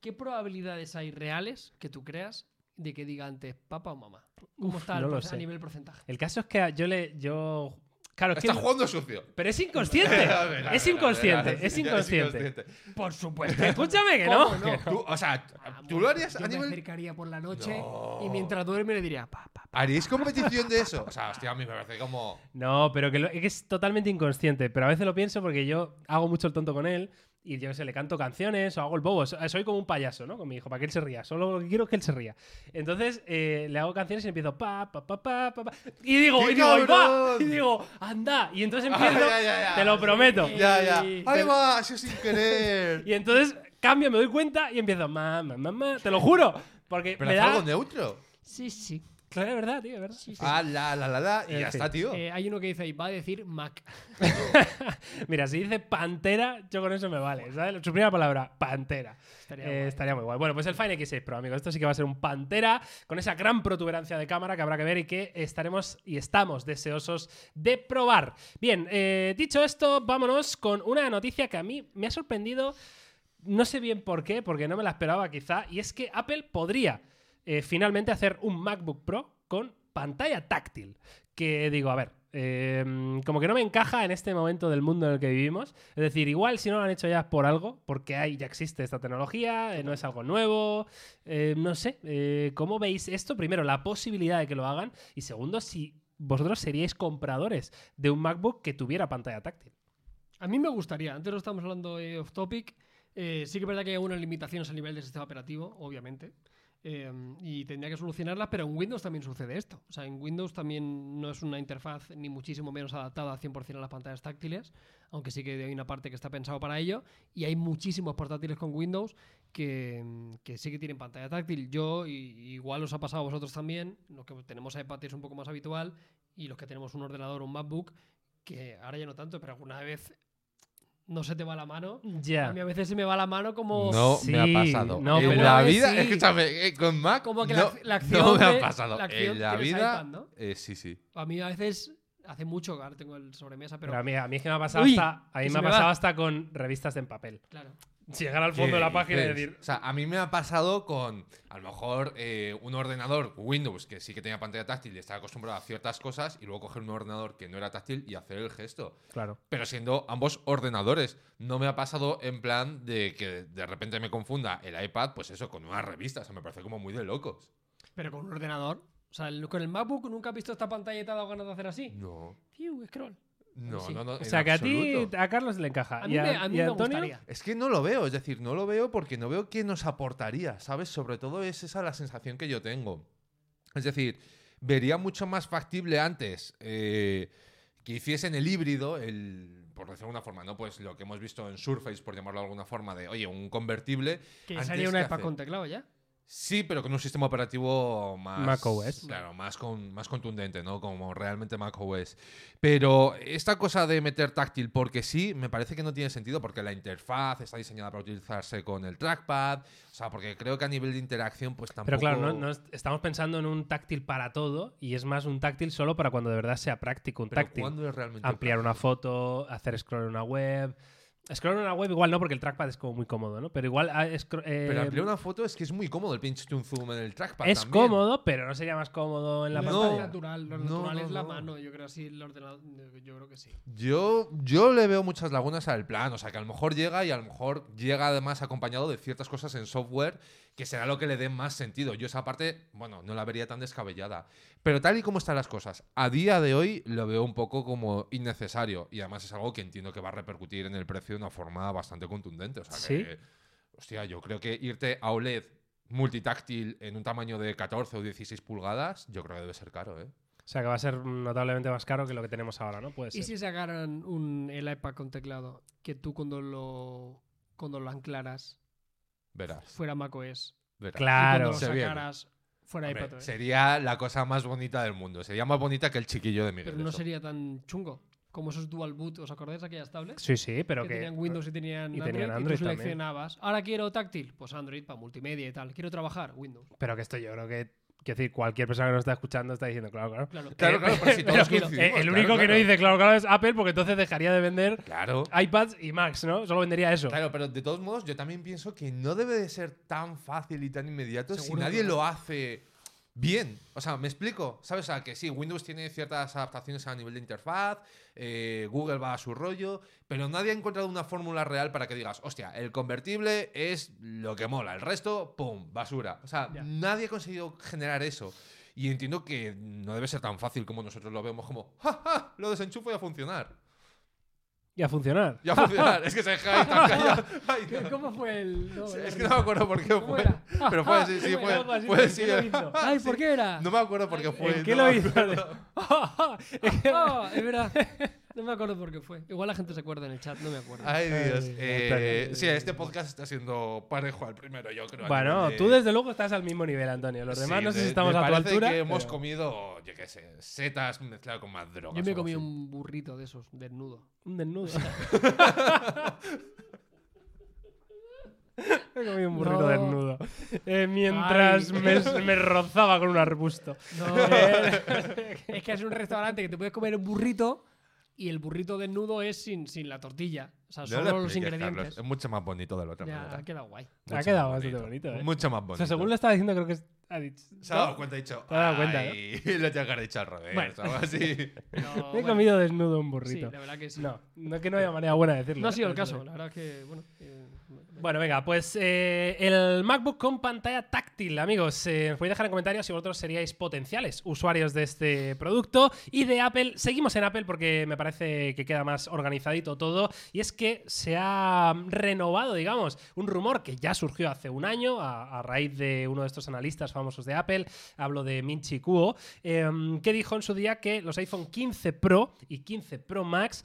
qué probabilidades hay reales que tú creas de que diga antes papá o mamá? ¿Cómo
Uf,
está el
no lo
porce-
sé.
a nivel porcentaje?
El caso es que yo le. Yo. Claro, es que.
Está jugando sucio.
Pero es inconsciente.
<laughs> A ver, a ver,
es
a ver, a
inconsciente.
ver.
Es
<laughs> Ya
inconsciente.
<laughs> Por supuesto.
Escúchame que
¿Cómo
no.
no?
que
Tú, o sea,
Ah,
tú lo
bueno,
harías
yo
a
me
nivel.
acercaría por la noche
No.
y mientras duerme le diría papá.
¿Haríais competición de eso? O sea, hostia, a mí me
<laughs>
parece como.
No, pero que, lo- es que es totalmente inconsciente. Pero a veces lo pienso porque yo hago mucho el tonto con él y yo qué sé, le canto canciones o hago el bobo. So- eh, Soy como un payaso, ¿no? Con mi hijo, para que él se ría. Solo lo que quiero es que él se ría. Entonces eh, le hago canciones y empiezo pa, pa, pa, pa, pa, pa. Y digo,
¡Qué
y digo, y va.
cabrón!
Y digo, anda. Y entonces
Ah,
empiezo,
<laughs> ya, ya, ya.
te lo prometo.
Ya, ya.
Y-
Ahí va, así sin querer.
<laughs> Y entonces cambio, me doy cuenta y empiezo, mamá, mamá, te lo juro. Porque
Pero
me
haz
da.
algo neutro.
Sí, sí.
Claro, es verdad, tío, es verdad.
sí, sí.
Ah, la, la, la, la. Y
En
ya
fin.
está, tío.
Eh, hay uno que dice ahí, va a decir Mac.
Eh, Mira, si dice pantera, yo con eso me vale. ¿sabes? Su primera palabra, pantera.
Estaría
Eh,
guay.
estaría muy guay. Bueno, pues el Fine X6 Pro, amigos. Esto sí que va a ser un pantera con esa gran protuberancia de cámara que habrá que ver y que estaremos y estamos deseosos de probar. Bien, eh, dicho esto, vámonos con una noticia que a mí me ha sorprendido. No sé bien por qué, porque no me la esperaba quizá. Y es que Apple podría eh, finalmente hacer un MacBook Pro con pantalla táctil. Que digo, a ver, eh, como que no me encaja en este momento del mundo en el que vivimos. Es decir, igual si no lo han hecho ya es por algo, porque hay, ya existe esta tecnología, eh, no es algo nuevo. eh, no sé, eh, ¿cómo veis esto? Primero, la posibilidad de que lo hagan. Y segundo, si vosotros seríais compradores de un MacBook que tuviera pantalla táctil.
A mí me gustaría, antes lo estábamos hablando eh, off topic, eh, sí que es verdad que hay algunas limitaciones a nivel del sistema operativo, obviamente, eh, y tendría que solucionarlas, pero en Windows también sucede esto. O sea, en Windows también no es una interfaz ni muchísimo menos adaptada al 100% a las pantallas táctiles, aunque sí que hay una parte que está pensado para ello, y hay muchísimos portátiles con Windows que, mm, que sí que tienen pantalla táctil. Yo, y, igual os ha pasado a vosotros también, los que tenemos iPad es un poco más habitual, y los que tenemos un ordenador o un MacBook, que ahora ya no tanto, pero alguna vez no se te va la mano.
Ya.
A mí a veces se me va la mano como...
No
Sí,
me ha pasado.
no,
en
pero-
la
Una vez
vida,
sí.
escúchame, eh, con Mac
Como que la
no,
ac- la
no
acción
me ha
de-
pasado.
la acción
en la
tienes
vida,
iPad, ¿no?
eh, sí, sí.
A mí a veces hace mucho que ahora tengo el sobremesa, pero...
Pero a mí, a mí es que me ha pasado,
Uy,
hasta, a mí
que se
me ha
me
pasado
va.
hasta con revistas en papel.
Claro.
Llegar al fondo de la
¿Qué
página y
dices?
decir,
O sea, a mí me ha pasado con, a lo mejor, eh, un ordenador Windows que sí que tenía pantalla táctil y estaba acostumbrado a ciertas cosas y luego coger un ordenador que no era táctil y hacer el gesto.
claro.
Pero siendo ambos ordenadores, no me ha pasado en plan de que de repente me confunda el iPad, pues eso, con una revista. O sea, me parece como muy de locos.
Pero con un ordenador. O sea, el- con el MacBook nunca has visto esta pantalla y te ha dado ganas de hacer así.
No.
Fiu, scroll.
No,
Sí.
no, no.
O
en
sea, que a ti,
absoluto.
a Carlos le encaja.
A mí
y a,
me, a mí
y a
me
Antonio,
gustaría.
Es que no lo veo, es decir, no lo veo porque no veo qué nos aportaría, ¿sabes? Sobre todo es esa la sensación que yo tengo. Es decir, vería mucho más factible antes eh, que hiciesen el híbrido, el, por decirlo de alguna forma, ¿no? Pues lo que hemos visto en Surface, por llamarlo de alguna forma, de, oye, un convertible.
Que
antes
sería una
que
iPad
hacer-
con teclado ya.
Sí, pero con un sistema operativo más.
macOS.
Claro, más, con, más contundente, ¿no? Como realmente macOS. Pero esta cosa de meter táctil, porque sí, me parece que no tiene sentido, porque la interfaz está diseñada para utilizarse con el trackpad. O sea, porque creo que a nivel de interacción, pues
Pero
tampoco.
claro, no, no es- estamos pensando en un táctil para todo y es más un táctil solo para cuando de verdad sea práctico un
Pero
táctil.
¿cuándo es realmente
Ampliar una
práctico?
foto, hacer scroll en una web. Scroll en una web igual no, porque el trackpad es como muy cómodo, ¿no? Pero igual... ah, scro- eh,
Pero ampliar una foto es que es muy cómodo el pinch to zoom en el trackpad.
es
también.
cómodo, pero no sería más cómodo en la
no, es tan
pantalla.
natural. Lo
No,
natural
no,
es la
no.
mano. Yo creo así el ordenador. Yo creo que sí.
Yo, yo le veo muchas lagunas al plan, o sea, que a lo mejor llega y a lo mejor llega además acompañado de ciertas cosas en software que será lo que le dé más sentido. Yo esa parte, bueno, no la vería tan descabellada. Pero tal y como están las cosas, a día de hoy lo veo un poco como innecesario y además es algo que entiendo que va a repercutir en el precio de una forma bastante contundente. O sea,
Sí.
que, hostia, yo creo que irte a OLED multitáctil en un tamaño de 14 o 16 pulgadas, yo creo que debe ser caro, ¿eh?
O sea, que va a ser notablemente más caro que lo que tenemos ahora, ¿no? Puede ser.
¿Y si sacaran un, el iPad con teclado que tú cuando lo, cuando lo anclaras
Verás,
fuera macOS
verás.
y
Claro.
cuando lo
Se viene.
sacaras fuera
Hombre,
de pato. ¿eh?
Sería la cosa más bonita del mundo. Sería más bonita que el chiquillo de Miguel.
Pero no
eso.
sería tan chungo como esos dual boot. ¿Os acordáis de aquellas tablets?
Sí, sí, pero
que,
que.
tenían Windows y tenían,
y
Android,
tenían
y
Android
tú
también.
seleccionabas. Ahora quiero táctil, pues Android para multimedia y tal. Quiero trabajar, Windows.
Pero que esto yo creo que. Quiero decir, cualquier persona que nos está escuchando está diciendo, claro, claro.
Claro,
Claro,
Eh,
claro, pero si
pero-
todos
pero-
coincidimos,
eh, el
claro,
único que no
claro.
dice, claro, claro, es Apple, porque entonces dejaría de vender
Claro.
iPads y Macs, ¿no? Solo vendería eso.
Claro, pero de todos modos, yo también pienso que no debe de ser tan fácil y tan inmediato si
Seguro que
nadie
no.
lo hace bien. O sea, me explico. ¿Sabes? O sea, que sí, Windows tiene ciertas adaptaciones a nivel de interfaz, eh, Google va a su rollo, pero nadie ha encontrado una fórmula real para que digas, hostia, el convertible es lo que mola, el resto, ¡pum!, basura. O sea,
Ya.
nadie ha conseguido generar eso. Y entiendo que no debe ser tan fácil como nosotros lo vemos, como, ¡ja, ja! Lo desenchufo y a funcionar.
Y a funcionar.
Y a
<laughs>
funcionar. es que se deja ahí tan callado. Ay, no.
¿Qué- <laughs> ¿Cómo fue el.? no,
Sí,
el
es que no me acuerdo por qué
¿Cómo
fue.
era?
<laughs> Pero fue así, sí,
<laughs>
Ah,
¿Cómo
fue.
era? Algo así,
fue
¿por
así,
qué lo
<laughs>
hizo? Ay, ¿por qué era? <laughs>
No me acuerdo por qué fue.
¿En qué
Pues no
lo
me
hizo? <laughs>
acuerdo.
Ah, es verdad. <laughs> No me acuerdo por qué fue. Igual la gente se acuerda en el chat, no me acuerdo.
Ay, Dios.
Ay,
Eh,
Antonio.
sí, este podcast está siendo parejo al primero, yo creo. a
Bueno,
nivel de-
tú desde luego estás al mismo nivel, Antonio. Los demás
Sí,
no sé si
de-
estamos
me
a tu
parece
altura.
que hemos
pero-
comido, yo qué sé, setas mezcladas con más drogas.
Yo me
o algo
comí
así.
un burrito de esos, desnudo.
Un desnudo.
<laughs>
<laughs> He comido un burrito
No.
desnudo. Eh, mientras
Ay.
me, me rozaba con un arbusto. <laughs>
No, <laughs> es que es un restaurante que te puedes comer un burrito y el burrito desnudo es sin, sin la tortilla. O sea,
No
solo
le
los
expliques,
ingredientes.
Carlos, Es mucho más bonito de la otra
ya,
manera.
ha quedado guay.
ha
Mucho
quedado
más
bastante bonito, ¿eh?
Mucho más
O
bonito.
sea, según lo estaba diciendo, creo que es- ha dicho.
Se ha dado cuenta, ha dicho.
Se ha dado cuenta, ¿no?
"Ay", <laughs> Lo tengo que haber dicho al revés.
Bueno.
o algo
<laughs>
así.
Pero,
Me he
bueno,
comido desnudo un
sí,
burrito.
la verdad que sí.
no, no que no haya manera buena de decirlo.
No ha sido el
Eso
caso,
sí.
la verdad es que, bueno. eh,
Bueno, venga, pues eh, el MacBook con pantalla táctil, amigos. Eh, podéis dejar en comentarios si vosotros seríais potenciales usuarios de este producto. Y de Apple, seguimos en Apple porque me parece que queda más organizadito todo. Y es que se ha renovado, digamos, un rumor que ya surgió hace un año a, a raíz de uno de estos analistas famosos de Apple. Hablo de Minchi Kuo, eh, que dijo en su día que los iPhone 15 Pro y 15 Pro Max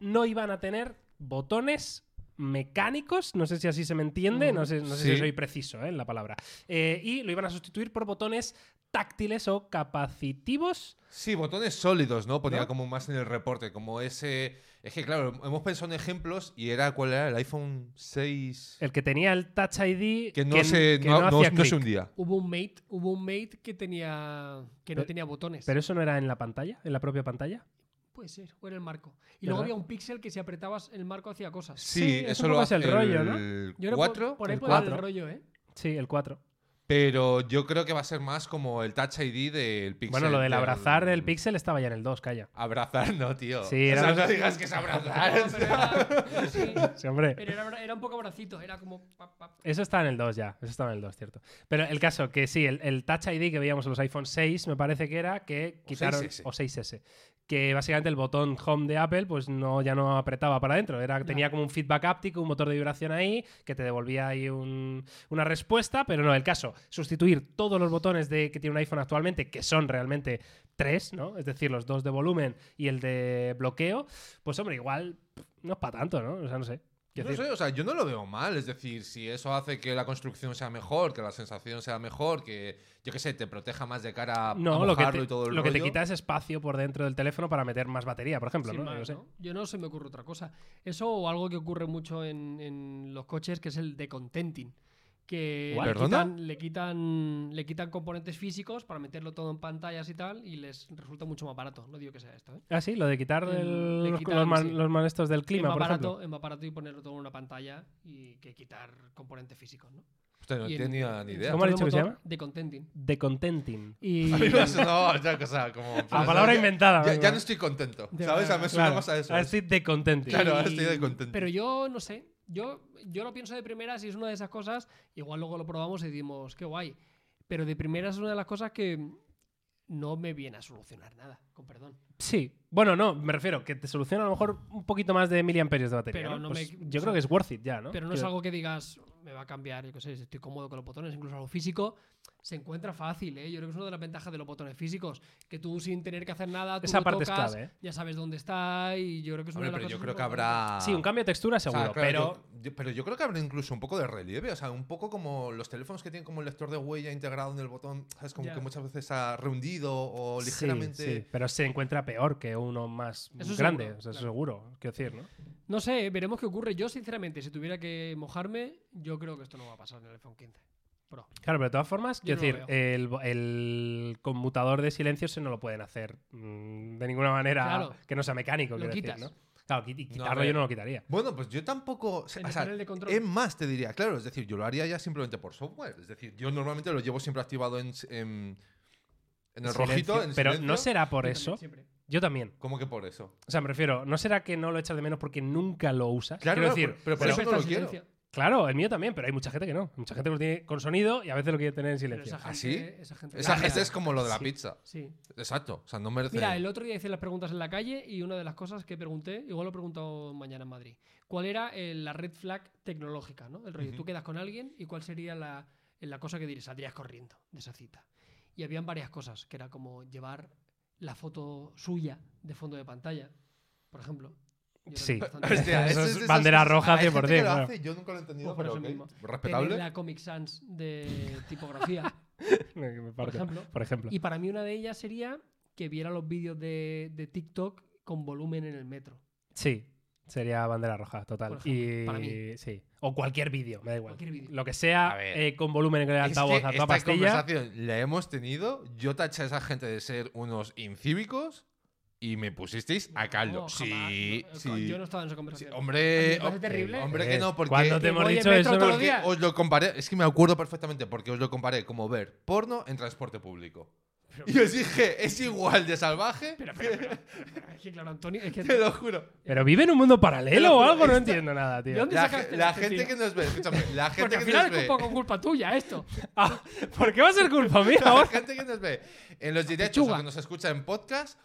no iban a tener botones mecánicos, no sé si así se me entiende, no sé, no sé si
Mm, Sí.
soy preciso eh, en la palabra, Eh, y lo iban a sustituir por botones táctiles o capacitivos.
Sí, botones sólidos, ¿no? Ponía
¿No?
como más en el reporte, como ese... Es que, claro, hemos pensado en ejemplos y era cuál era el iPhone 6...
El que tenía el Touch ID
que no se...
que
no,
no
no-
hacía
no se
clic.
hundía.
hubo un mate, hubo un mate que tenía que
Pero-
no tenía botones.
Pero eso no era en la pantalla, en la propia pantalla.
Puede ser, o era el marco. Y
¿Verdad?
luego había un pixel que si apretabas el marco hacía cosas.
Sí,
Sí, eso
eso
un
lo
poco es
hace
el rollo, ¿no?
el
Yo creo por-
4,
por ahí
el
puede haber el
cuatro. <laughs>
rollo, ¿eh?
Sí, el 4.
pero yo creo que va a ser más como el Touch ID del Pixel.
Bueno, lo del abrazar el Pixel estaba ya en el 2, calla.
Abrazar <laughs> no, tío.
Sí,
o
era
sea,
los-
no digas que
<laughs>
es abrazar. <laughs>
Pero era- sí,
Sí, hombre.
pero era, era un poco abracito, era como. pap, pap.
Eso está en el 2 ya, eso estaba en el 2, cierto. Pero el caso que sí, el, el Touch ID que veíamos en los iPhone 6, me parece que era que quitaron
6S.
o 6S, que básicamente el botón home de Apple pues no ya no apretaba para adentro, era tenía como un feedback áptico, un motor de vibración ahí que te devolvía ahí un- una respuesta, pero no, el caso, sustituir todos los botones de que tiene un iPhone actualmente que son realmente tres, ¿no? Es decir, los dos de volumen y el de bloqueo, pues hombre, igual pff, no es para tanto, ¿no? O sea, no sé. Quiero
No
decir-
sé, o sea, yo no lo veo mal. Es decir, si eso hace que la construcción sea mejor, que la sensación sea mejor, que, yo qué sé, te proteja más de cara a
No,
a
lo que,
mojarlo
te,
y todo el
lo que te
rollo.
quita es espacio por dentro del teléfono para meter más batería, por ejemplo.
Sin
¿no?
más,
Yo sé.
¿no? Yo no se me ocurre otra cosa. Eso o algo que ocurre mucho en, en los coches, que es el decontenting. Que
¿What?
le
¿Perdona?
quitan, le, quitan, le quitan componentes físicos para meterlo todo en pantallas y tal, y les resulta mucho más barato. No digo que sea esto, ¿eh?
Ah, sí, lo de quitar
El-
el-
le
los,
quitan,
los man-
sí.
los manestos del
Es
clima,
más
por
barato,
ejemplo.
es más barato y ponerlo todo en una pantalla y que quitar componentes físicos, ¿no?
Hostia, no
Y en-
tenía ni idea.
¿Cómo has dicho que se llama? <laughs>
Decontenting.
De contenting.
<laughs>
Y
A mí me ha sonado otra cosa como.
Ah,
La palabra
ya-
inventada.
Ya,
venga.
ya no estoy contento.
De
¿Sabes? A mí me suena
Claro,
más a eso.
ahora estoy de contenting.
Claro, ahora
Y-
estoy de contento.
Pero yo no sé. Yo, yo lo pienso de primeras y es una de esas cosas. Igual luego lo probamos y decimos, qué guay. Pero de primeras es una de las cosas que no me viene a solucionar nada, con perdón.
Sí. Bueno, no, me refiero que te soluciona a lo mejor un poquito más de miliamperios de batería.
Pero
¿no?
no
Pues
me-
Yo
o
creo
sea,
que es worth it ya, ¿no?
Pero no es
Quiero-
algo que digas, me va a cambiar, yo qué sé, estoy cómodo con los botones, incluso algo físico. se encuentra fácil, ¿eh? Yo creo que es una de las ventajas de los botones físicos, que tú sin tener que hacer nada, tú
Esa
lo
parte es
tocas,
clave, ¿eh?
ya sabes dónde está y yo creo que es una
Hombre,
de las
pero yo
cosas
creo que
importantes.
habrá.
Sí, un cambio de textura
O sea,
seguro,
Ah, claro,
pero.
yo- yo- pero yo creo que habrá incluso un poco de relieve, o sea, un poco como los teléfonos que tienen como el lector de huella integrado en el botón, ¿sabes? Como
Ya.
que muchas veces ha rehundido o
Sí,
ligeramente.
sí, pero se encuentra peor que uno más
Eso
grande,
seguro,
o sea, eso
claro.
seguro, quiero decir, ¿no?
No sé, veremos qué ocurre. Yo, sinceramente, si tuviera que mojarme, yo creo que esto no va a pasar en el iPhone 15 Pro.
Claro, pero de todas formas,
Yo
quiero
no lo
decir, el, bo- el conmutador de silencio se no lo pueden hacer mm, de ninguna manera
Claro.
que no sea mecánico,
Lo
quiero decir,
quitas.
¿no? Claro, qui- y
No,
quitarlo
a ver.
yo no lo quitaría.
Bueno, pues yo tampoco. o sea,
<laughs> En el panel de control.
es más, te diría, claro, es decir, yo lo haría ya simplemente por software. Es decir, yo normalmente lo llevo siempre activado en, s- en, en el
Silencio,
rojito, en
pero
silencio.
no será por
Yo
eso.
también, siempre.
Yo también.
¿Cómo que por eso?
O sea, me refiero, ¿no será que no lo echas de menos porque nunca lo usas?
Claro,
Quiero
claro,
decir,
pero- pero por
Siempre
eso no
está
lo
en
quiero.
silencio.
claro, el mío también, pero hay mucha gente que no. Mucha gente que lo tiene con sonido y a veces lo quiere tener en
Pero
silencio.
esa
¿Ah,
gente, esa gente,
Esa
cambia.
gente es como lo de la
Sí.
pizza.
Sí.
Exacto, o sea, no merece.
Mira, el otro día hice las preguntas en la calle y una de las cosas que pregunté, igual lo he preguntado mañana en Madrid, ¿cuál era eh, la red flag tecnológica? ¿no? El rollo,
Ujú.
tú quedas con alguien y cuál sería la, eh, la cosa que dirías, saldrías corriendo de esa cita. Y habían varias cosas, que era como llevar la foto suya de fondo de pantalla, por ejemplo. Yo creo que
Sí.
es bastante-
<laughs> <laughs> Hostia,
Eso
eso
es
de esas
bandera
cosas-
roja
hay gente que
100%,
lo
claro.
hace, Yo nunca lo he entendido,
Pues por
pero
eso
ok,
mismo.
respetable.
Tener la Comic Sans de tipografía.
<laughs> Me- me parto.
ejemplo.
Por ejemplo.
Y para mí una de ellas sería que viera los vídeos de, de TikTok con volumen en el metro.
Sí, sería bandera roja, total.
Por ejemplo,
y
para mí.
sí. O cualquier vídeo, me da igual.
Cualquier vídeo.
Lo que
A
sea,
ver.
eh, con volumen en el
Es que
altavoz a toda
esta
pastilla.
conversación la hemos tenido. Yo taché a esa gente de ser unos incívicos y me pusisteis a caldo.
No,
sí,
jamás. No, eh,
sí.
Yo no estaba en esa
Sí,
conversación.
hombre,
A mí me parece terrible.
hombre que no, porque
Cuando te
que
hemos
voy en
dicho
metro
eso.
todos
no-
los días.
Os lo comparé, es que me acuerdo perfectamente porque os lo comparé como ver porno en transporte público. Y os dije, es igual de salvaje,
Espera, espera, espera, espera. <laughs> Es que claro, Antonio, es que...
te lo juro.
Pero vive en un mundo paralelo o
juro,
algo, no
esta-
entiendo nada, tío.
¿Dónde
La,
sacaste
la
este,
gente
tío?
que nos ve, escúchame,
<laughs>
la gente
Porque
que nos
al final
ve.
es
<laughs>
un poco culpa tuya esto.
<laughs> Ah, ¿Por qué va a ser culpa
<laughs>
mía
La
ahora?
gente que nos ve en los directos o
Pechuga.
que nos escucha en podcast,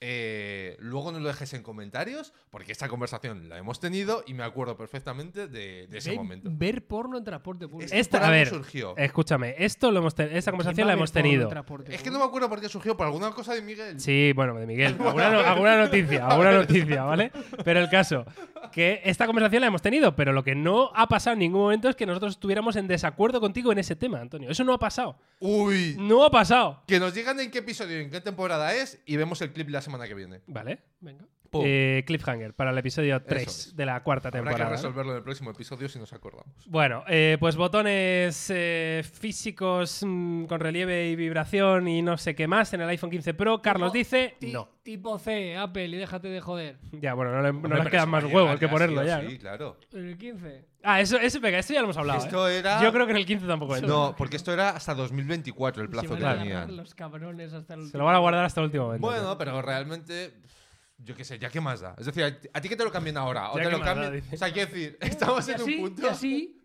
eh, luego nos lo dejes en comentarios, porque esta conversación la hemos tenido y me acuerdo perfectamente de, de ese
Ve-
momento.
Ver porno en transporte público.
Es-
Esta,
por
a
algo
ver,
surgió.
eh,
escúchame, esto lo hemos ten- esta conversación la hemos tenido.
Es que no me acuerdo por qué surgió, por alguna cosa de Miguel.
Sí, bueno, de Miguel. Alguna, no- alguna noticia, alguna noticia, ¿vale? Pero el caso, que esta conversación la hemos tenido, pero lo que no ha pasado en ningún momento es que nosotros estuviéramos en desacuerdo contigo en ese tema, Antonio. Eso no ha pasado.
Uy,
No ha pasado.
que nos digan en qué episodio, y en qué temporada es y vemos el clip la semana que viene.
Vale.
Venga.
Pum.
Eh, cliffhanger para el episodio 3
es.
de la cuarta
Habrá
temporada.
que
¿no?
resolverlo en el próximo episodio si nos acordamos.
Bueno, eh, pues botones eh, físicos mm, con relieve y vibración y no sé qué más en el iPhone 15 Pro. Carlos
Tipo-
dice
Ti-
no.
Tipo C, Apple, y déjate de joder.
Ya, bueno, no, le, no
Hombre,
les
pero
quedan
eso
más
va a
huevos
llegar
que
sí
ponerlo
o
ya.
Sí,
¿no?
claro.
El 15.
Ah, eso, eso, venga, esto ya lo hemos hablado.
Esto
¿eh?
era-
Yo creo que en el 15 tampoco. ¿eh?
No, porque esto era hasta 2024 el plazo
Se
que
van a
tenían.
agarrar los cabrones hasta el
Se lo van a guardar hasta el último momento.
Bueno, pero realmente. pff, Yo qué sé, ya qué más da. Es decir, a ti- a ti que te lo cambien ahora. O
Ya
te
qué
lo
más da,
cambian.
dice.
o sea, quiero decir, <laughs> estamos
Y
en
así-
un
Y
punto.
así,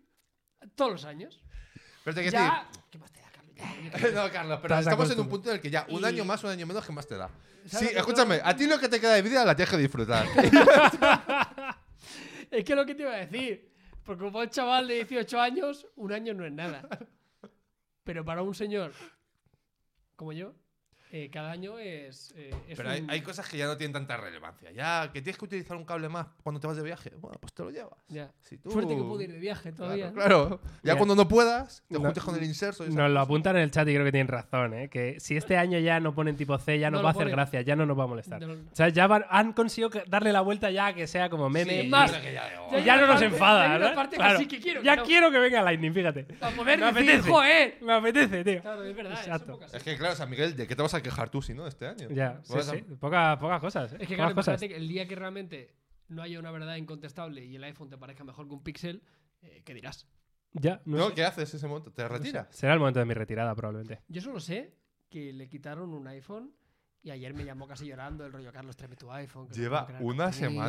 todos los años.
Pero te quiero
ya. ¿Qué más te da, Carlos?
<laughs>
Ya, ya, ya.
decir. No, Carlos, pero
Estás
estamos en un
acostumbrado.
punto en el que ya un
Y-
año más, un año menos, ¿qué más te da? Sí,
¿Sabes lo que
escúchame, a ti lo que te queda de vida la tienes que disfrutar.
<laughs>
Es que lo que te iba a decir. Porque para un chaval de 18 años, un año no es nada. Pero para un señor como yo, eh, cada año es. eh, es
pero hay,
un-
hay cosas que ya no tienen tanta relevancia. Ya, que tienes que utilizar un cable más cuando te vas de viaje. Bueno, pues te lo llevas.
ya.
Si tú-
Suerte que puedo ir de viaje todavía.
Claro, claro. Ya
Ya.
cuando no puedas, te
No-
juntes con el inserso. y esas
Nos lo
cosas.
apuntan en el chat y creo que tienen razón, ¿eh? Que si este año ya no ponen tipo C, ya
No
nos
lo
va a hacer
ponen.
gracia, ya no nos va a molestar.
No lo-
O sea, ya van- han conseguido que- darle la vuelta ya a que sea como meme.
Sí,
y-
más,
yo creo que ya da igual.
y ya
hay
no
una
nos
parte-
enfada,
hay una
¿no?
parte que sí que quiero,
ya
que no.
quiero que venga Lightning, fíjate.
Para poder
Me
decir,
apetece.
joder.
Me apetece, tío.
Claro, es verdad.
Exacto.
Eso es,
Es que claro, o sea, Miguel, ¿de qué te vas a quejar tú si no este año?
Ya, sí,
Vas a-
sí. Poca- pocas cosas. ¿eh?
es que,
Pocas
claro,
cosas.
imagínate que el día que realmente no haya una verdad incontestable y el iPhone te parezca mejor que un Pixel, eh, ¿qué dirás?
Ya, no
No,
sé.
¿qué haces ese momento? ¿Te retiras?
Será el momento de mi retirada, probablemente.
Yo solo sé que le quitaron un iPhone y ayer me llamó casi llorando el rollo Carlos, tráeme tu iPhone. que no
Lleva
puedo creer que
una
has tenido".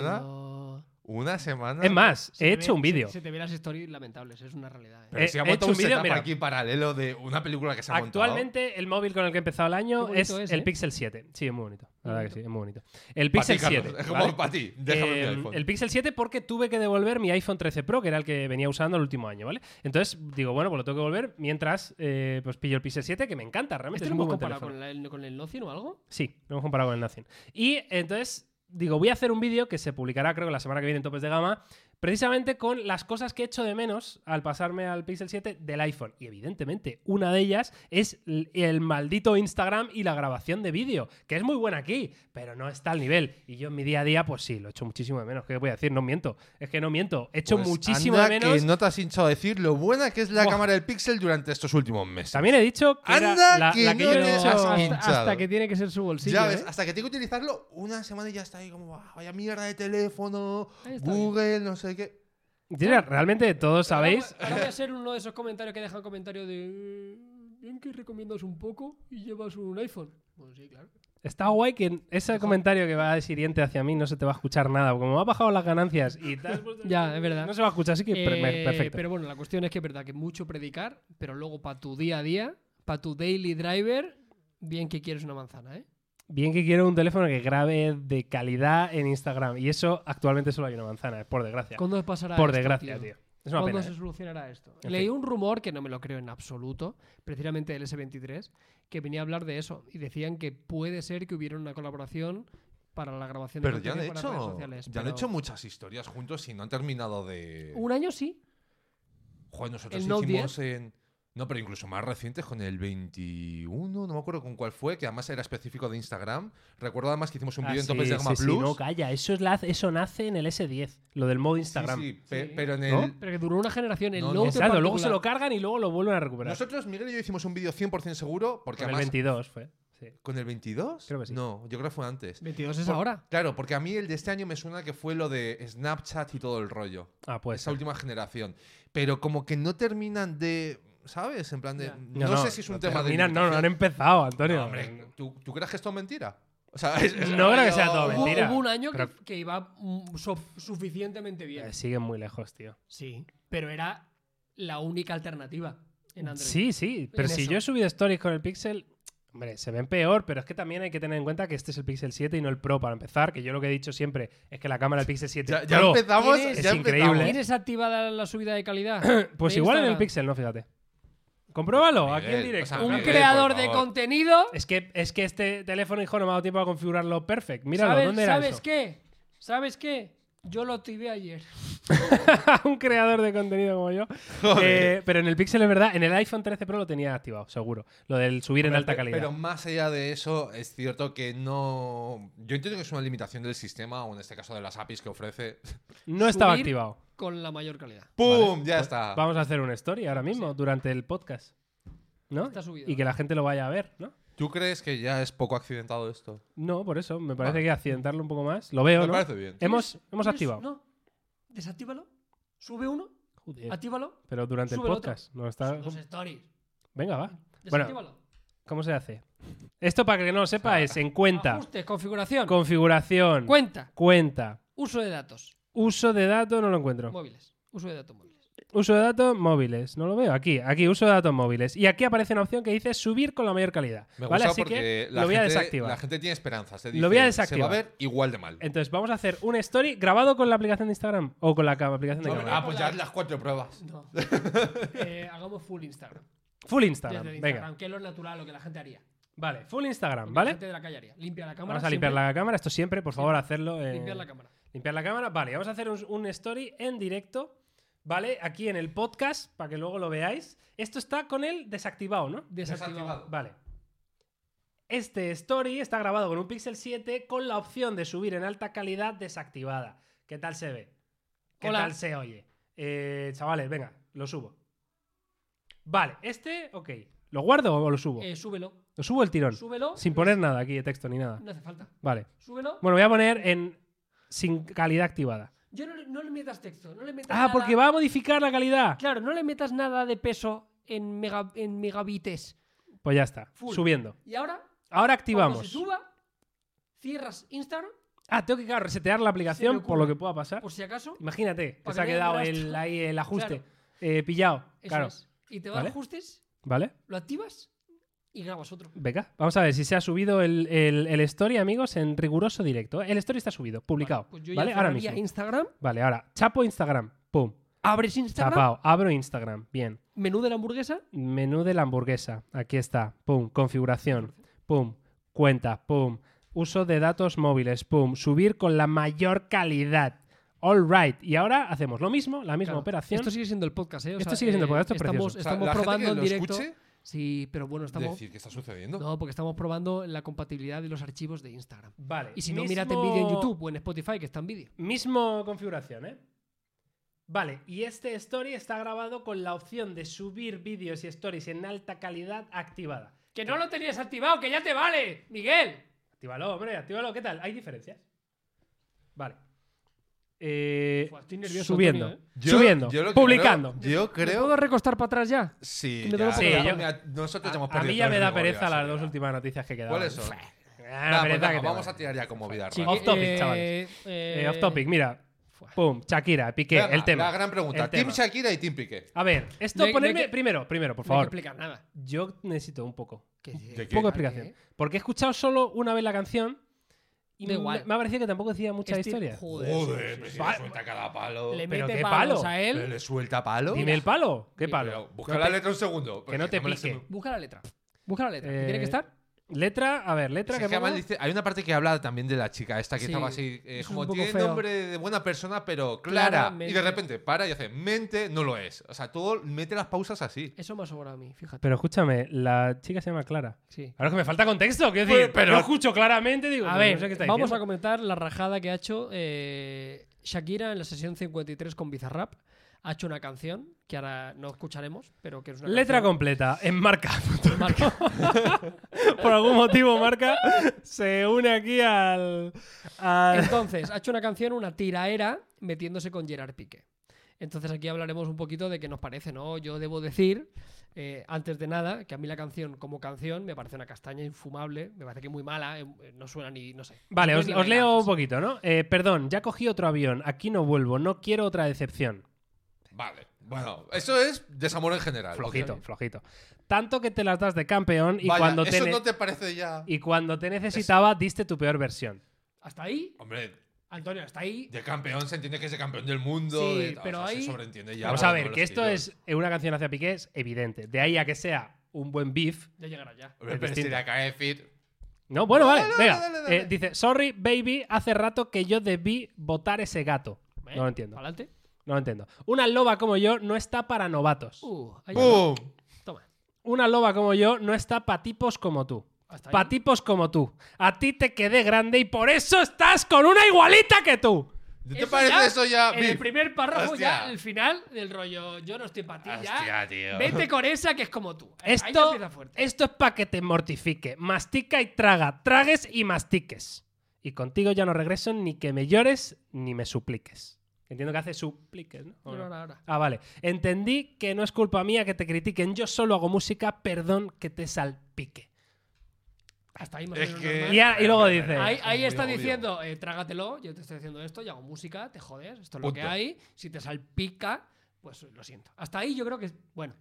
semana Una semana.
Es más,
Se
he
te
hecho
ve-
un vídeo.
Se, se te ve las stories lamentables, es una realidad. ¿eh?
Pero
Eh,
si ha
he
montado
hecho
un
un vídeo,
setup
mira.
aquí paralelo de una película que se ha
Actualmente, el móvil con el que he empezado el año
Qué
es,
bonito es,
el
¿eh?
Pixel 7. Sí, es muy bonito. La verdad que
bonito.
sí, es muy bonito. El
montado. Pa'
Pixel
ti,
7.
Carlos. Es
¿vale?
<laughs> como para ti. Déjame mi
Eh,
iPhone.
el Pixel 7 porque tuve que devolver mi iPhone 13 Pro, que era el que venía usando el último año, ¿vale? Entonces digo, bueno, pues lo tengo que devolver mientras eh, pues pillo el Pixel 7, que me encanta, realmente
¿Este
es
lo
un muy
hemos
buen
comparado
teléfono.
con, la- el- con el Nothing o algo?
Sí, lo hemos comparado con el Nothing. Y entonces digo, voy a hacer un vídeo que se publicará creo que la semana que viene en Topes de Gama, precisamente con las cosas que echo de menos al pasarme al Pixel 7 del iPhone. Y evidentemente, una de ellas es l- el maldito Instagram y la grabación de vídeo, que es muy buena aquí, pero no está al nivel. Y yo en mi día a día, pues sí, lo echo muchísimo de menos. ¿Qué voy a decir? No miento. Es que no miento. Echo
Pues
muchísimo
anda
de menos.
que no te has hinchado a decir lo buena que es la
Buah.
cámara del Pixel durante estos últimos meses.
También he dicho que era
Anda
la,
que
la que
no
yo
te
he
has
hecho-
hasta- hasta
hasta
hinchado.
que
que
tiene que ser su bolsillo.
¿eh?
ya ves, hasta que tengo que utilizarlo una semana y ya está ahí como, "Buah, vaya mierda de teléfono,
Ahí está
Google, no sé qué.
Mira, Realmente todos sabéis
Ahora, voy a ser uno de esos comentarios que dejan comentario de. "Eh, ¿En qué recomiendas un poco y llevas un iPhone? Bueno, sí, claro.
Está guay que ese comentario que va a decir Iente hacia mí no se te va a escuchar nada. porque Como me ha bajado las ganancias y tal. pues,
<laughs> Ya, es verdad.
No se va a escuchar, así que per-
Eh,
perfecto.
Pero bueno, la cuestión es que es verdad que mucho predicar, pero luego para tu día a día, para tu daily driver, bien que quieres una manzana, ¿eh?
Bien que quiero un teléfono que grabe de calidad en Instagram. Y eso actualmente solo hay una manzana, es por desgracia.
¿Cuándo pasará
Por
esto,
desgracia, tío. Es una
¿Cuándo
pena.
se
¿eh?
solucionará esto?
En
Leí
fin.
un rumor que no me lo creo en absoluto, precisamente del S23, que venía a hablar de eso y decían que puede ser que hubiera una colaboración para la grabación de
Pero ya han
contenido para redes
hecho,
sociales.
ya han
pero
hecho muchas historias juntos y no han terminado de.
Un año sí.
Joder, nosotros
¿El Note
hicimos en. No, pero incluso más recientes, con el 21, no me acuerdo con cuál fue, que además era específico de Instagram. Recuerdo además que hicimos un
Ah,
vídeo en
sí,
Topes de
sí,
Gama
sí,
Plus.
no, calla. Eso, es la- eso nace en el S10, lo del modo
Sí,
Instagram.
sí, pe-
Sí.
pero en el.
¿No?
Pero que duró una generación. El
No, no.
Note en
Exacto, luego se
particular.
lo cargan y luego lo vuelven a recuperar.
Nosotros, Miguel y yo, hicimos un vídeo 100% seguro, porque
Con el
además.
22 fue. Sí.
¿Con el 22?
Creo que sí.
No, yo creo que fue antes.
22 es
Por-
ahora.
Claro, porque a mí el de este año me suena que fue lo de Snapchat y todo el rollo.
Ah, pues.
esa última generación. Pero como que no terminan de. ¿Sabes? En plan de.
Ya.
No, sé si es un tema
terminan-
de.
No, no han
limitación.
empezado, Antonio.
No, hombre, ¿tú, tú crees que es todo mentira? O sea, es- ¡oh! es-
No creo que sea todo
Hubo- <laughs>
Hubo,
mentira.
hubo un año que-
Creo-
que, iba mm, so- suficientemente bien.
Eh, siguen muy lejos, tío.
Sí. Pero era la única alternativa en Android.
Sí, sí, pero si
eso.
yo he subido stories con el Pixel, hombre, se ven peor, pero es que también hay que tener en cuenta que este es el Pixel 7 y no el Pro para empezar, que yo lo que he dicho siempre es que la cámara del Pixel 7
Ya, ya
Pro,
empezamos.
tienes-
ya
es increíble,
empezamos.
¿eh?
¿Tienes activada la subida de calidad?
<coughs> pues
de
igual en el
Instagram?
Pixel, no, fíjate. Compruébalo aquí en
Miguel,
directo.
o sea,
Un
Miguel,
creador
por
de
favor.
contenido.
Es que, es que este teléfono, hijo, no me ha dado tiempo a configurarlo perfect. Míralo,
¿Sabes,
¿dónde era
¿sabes
<laughs> eso?
qué? ¿Sabes qué? Yo lo activé ayer.
Un creador de contenido como yo. Eh, pero en el Pixel es verdad, en el iPhone 13 Pro lo tenía activado, seguro. Lo del subir en
Pero-
alta calidad.
Pero más allá de eso, es cierto que no. Yo entiendo que es una limitación del sistema, o en este caso de las APIs que ofrece. <laughs>
no estaba
Subir
activado.
Con la mayor calidad.
¡Pum! ya está.
Vamos a hacer una story ahora mismo, durante el podcast. ¿No?
Está subido.
Y que la gente lo vaya a ver, ¿no?
¿Tú crees que ya es poco accidentado esto?
No, por eso. Me parece
Vale.
que accidentarlo un poco más. Lo veo,
Me
¿no?
parece bien.
Hemos, hemos
¿Tienes-
activado.
No. Desactívalo. Sube uno.
Joder.
Actívalo.
Pero durante el
Sube el otro.
podcast. No Eh, está...
Son Dos stories.
Venga, va. Bueno,
Desactívalo.
¿cómo se hace? Esto para que no lo
Ah.
sepa es en cuenta,
Ajustes, configuración.
configuración,
Cuenta.
cuenta,
Uso de datos.
uso de datos, no lo encuentro.
Móviles. Uso de datos móviles.
Uso de datos móviles, no lo veo. Aquí, aquí, uso de datos móviles. Y aquí aparece una opción que dice subir con la mayor calidad.
Me
¿Vale?
gusta
Así
porque
que
la,
lo voy a
gente,
desactivar.
la gente tiene esperanzas. te
Lo voy a
dice, Se va
desactivar.
a ver igual de mal.
Entonces, vamos a hacer un story grabado con la aplicación de Instagram o con la ca- aplicación de
No,
cámara.
Ah, pues ya las cuatro pruebas.
No. <laughs> Eh, hagamos full Instagram.
Full
ah, Desde
Instagram,
el
venga.
Instagram, que es lo natural, lo que la gente haría.
Vale, full Instagram,
Lo que La
¿vale?
gente de la calle haría. Limpia la cámara.
Vamos a limpiar
siempre
la cámara, esto siempre, por favor, hacerlo. eh,
Limpiar la cámara.
limpiar la cámara. Vale, vamos a hacer un, un story en directo, ¿vale? Aquí en el podcast, para que luego lo veáis. Esto está con el desactivado, ¿no?
Desactivado.
Vale. Este story está grabado con un Pixel 7 con la opción de subir en alta calidad desactivada. ¿Qué tal se ve? ¿Qué
Hola.
tal se oye? Eh, chavales, venga, lo subo. Vale, este, ok. ¿Lo guardo o lo subo?
Eh, súbelo.
Lo subo el tirón.
Súbelo.
Sin poner nada aquí de texto ni nada.
No hace falta.
Vale.
Súbelo.
Bueno, voy a poner en sin calidad activada.
Yo no, le- no le metas texto. No le metas
Ah,
nada.
porque va a modificar la calidad.
Claro, no le metas nada de peso en, mega, en megabites.
Pues ya está.
Full.
Subiendo.
Y ahora,
Ahora
cuando se
activamos.
suba, cierras Instagram
Ah, tengo que claro, resetear la aplicación por
ocurre.
lo que pueda pasar.
Por si acaso,
Imagínate, que
Para
se ha
que
quedado
vean
el,
rastro.
ahí el ajuste
Claro.
eh, pillado.
eso
claro.
es. Y te vas
¿Vale?
a ajustes,
¿Vale?
lo activas y grabas otro.
Venga, vamos a ver si se ha subido el, el- el story, amigos, en riguroso directo. ¿eh? El story está subido, publicado. Vale,
Pues yo ya
ahora
cerraría
mismo.
Instagram,
Vale, ahora, chapo Instagram. Pum.
abres Instagram,
Tapao, abro Instagram. Bien.
menú de la hamburguesa,
Menú de la hamburguesa. Aquí está. Pum. Configuración. Pum. Cuenta. Pum. Uso de datos móviles. Pum. Subir con la mayor calidad. All right. Y ahora hacemos lo mismo, la misma
Claro.
operación.
Esto sigue siendo el podcast, ¿eh? O
Esto sigue siendo el podcast, esto es
estamos,
precioso.
O sea,
estamos
la gente
probando
que
en
lo
directo.
escuche,
Sí, pero bueno, estamos.
decir, ¿qué está sucediendo?
No, porque estamos probando la compatibilidad de los archivos de Instagram.
Vale.
Y si no,
mismo-
mírate en vídeo en YouTube o en Spotify, que está en vídeo.
Mismo configuración, ¿eh? Vale, y este story está grabado con la opción de subir vídeos y stories en alta calidad activada.
Que no lo tenías activado, que ya te vale, Miguel.
Actívalo, hombre, actívalo. ¿Qué tal? ¿Hay diferencias? Vale. Eh,
Fua, estoy nervioso,
subiendo.
Antonio, ¿eh?
Yo-
subiendo.
yo lo que
publicando.
creo- yo
¿Me
creo.
puedo recostar para atrás ya?
Sí,
que me tengo
ya,
que
ya,
poner-
mira, nosotros ya hemos
a, a
perdido
mí ya
todo
me
el
da
rigor,
pereza
ya,
las
sí,
dos
ya.
últimas noticias que quedaban.
¿Cuáles son?
Fua,
Nah,
una
pues
pereza
venga,
que te
vamos a
vale.
tirar ya como vida.
Chiqui-
rara.
Off topic, chavales.
eh,
Eh, off topic, mira.
Fua.
Pum, Shakira, Piqué,
Venga,
el tema.
La gran pregunta.
El
Team
tema.
Shakira y Team Piqué.
A ver, esto
No hay- no hay
ponerme.
que-
Primero, primero, por
No hay que
favor.
explicar nada.
Yo necesito un poco.
Que-
¿De
Un
qué?
poco de
¿Para
explicación. Porque he escuado solo una vez la canción. Y
Da
me,
igual.
me ha parecido que tampoco decía mucha
Este-
historia.
Joder.
Joder, pero si
Pa-
le suelta cada palo.
Le
Pero
mete
qué
palos
palo.
a
Pero
él.
le suelta palo.
Dime el palo. ¿Qué
Sí,
palo?
Pero Busca la letra un segundo. porque
no te
me la sé
pique.
muy-
Busca la letra. Busca la letra. ¿Y
Eh,
¿Tiene que estar?
Letra, a ver, letra
Si es
que
que además
pongo.
dice- hay una parte que habla también de la chica esta que
Sí,
estaba así, eh,
es un
como
poco
tiene
feo.
nombre de buena persona, pero clara. Y
Claramente.
de repente para y hace, mente no lo es. O sea, todo mete las pausas así.
Eso me ha sobrado a mí, fíjate.
Pero escúchame, la chica se llama Clara.
sí.
Claro que me falta contexto, quiero decir,
Pues, pero-
yo escucho claramente, digo,
A
no
ver,
sé qué está
vamos a
diciendo.
comentar la rajada que ha hecho eh, Shakira en la sesión 53 con Bizarrap. Ha hecho una canción que ahora no escucharemos, pero que es una
Letra
canción
completa, en marca. <laughs>
que marca-
Por algún motivo, marca se une aquí al. al-
Entonces, ha hecho una canción, una tiraera, metiéndose con Gerard Piqué. Entonces aquí hablaremos un poquito de qué nos parece, ¿no? Yo debo decir, eh, antes de nada, que a mí la canción como canción me parece una castaña infumable, me parece que es muy mala, eh, no suena ni, no sé.
Vale,
No
os,
ni
os leo
bailar.
un poquito, ¿no? Eh, perdón, ya cogí otro avión, aquí no vuelvo, no quiero otra decepción.
Vale. Bueno, eso es desamor en general.
Flojito, flojito. Tanto que te las das de campeón y
Vaya,
cuando
eso
te, ne-
no te parece ya.
y cuando te necesitaba diste tu peor versión.
Hasta ahí,
Hombre,
Antonio, hasta ahí.
de campeón se entiende que es de campeón del mundo.
Sí,
de- o sea,
pero
se
ahí-
sobreentiende ya.
Vamos
por
a
todos
ver,
los
que esto
tiros.
es una canción hacia Piqué es evidente. De ahí a que sea un buen beef.
Ya llegará ya.
Hombre,
es
pero si
distinto.
le acaba de decir.
No, bueno,
Dale,
vale,
dale,
venga.
dale, dale.
Eh, dice, sorry, baby, hace rato que yo debí votar ese gato. No lo entiendo,
Adelante.
no lo entiendo. Una loba como yo no está para novatos.
Uh, ahí
¡Bum!
Toma.
Una loba como yo no está para tipos como tú.
Hasta ahí.
Para tipos como tú. A ti te quedé grande y por eso estás con una igualita que tú.
¿No te parece eso ya?
En el
Biff?
primer párrafo ya,
Hostia.
el final del rollo, yo no estoy para ti ya.
Hostia, tío.
Vete con esa que es como tú. Ahí ya
Esto,
empieza fuerte.
esto es para que te mortifique. Mastica y traga. Tragues y mastiques. Y contigo ya no regreso ni que me llores ni me supliques. Entiendo que hace supliques, ¿no? ¿O
Ahora,
no?
ahora, ahora.
Ah, vale. Entendí que no es culpa mía que te critiquen. Yo solo hago música, perdón que te salpique.
Hasta ahí más o
Es
menos
que- Eh,
normal.
Y, a- y luego
Ahí-
dice...
Ahí, ahí
Muy
está
obvio.
diciendo, eh, trágatelo, yo te estoy haciendo esto, yo hago música, te jodes, esto es lo que
Punto.
hay. Si te salpica, pues lo siento. Hasta ahí yo creo que, bueno,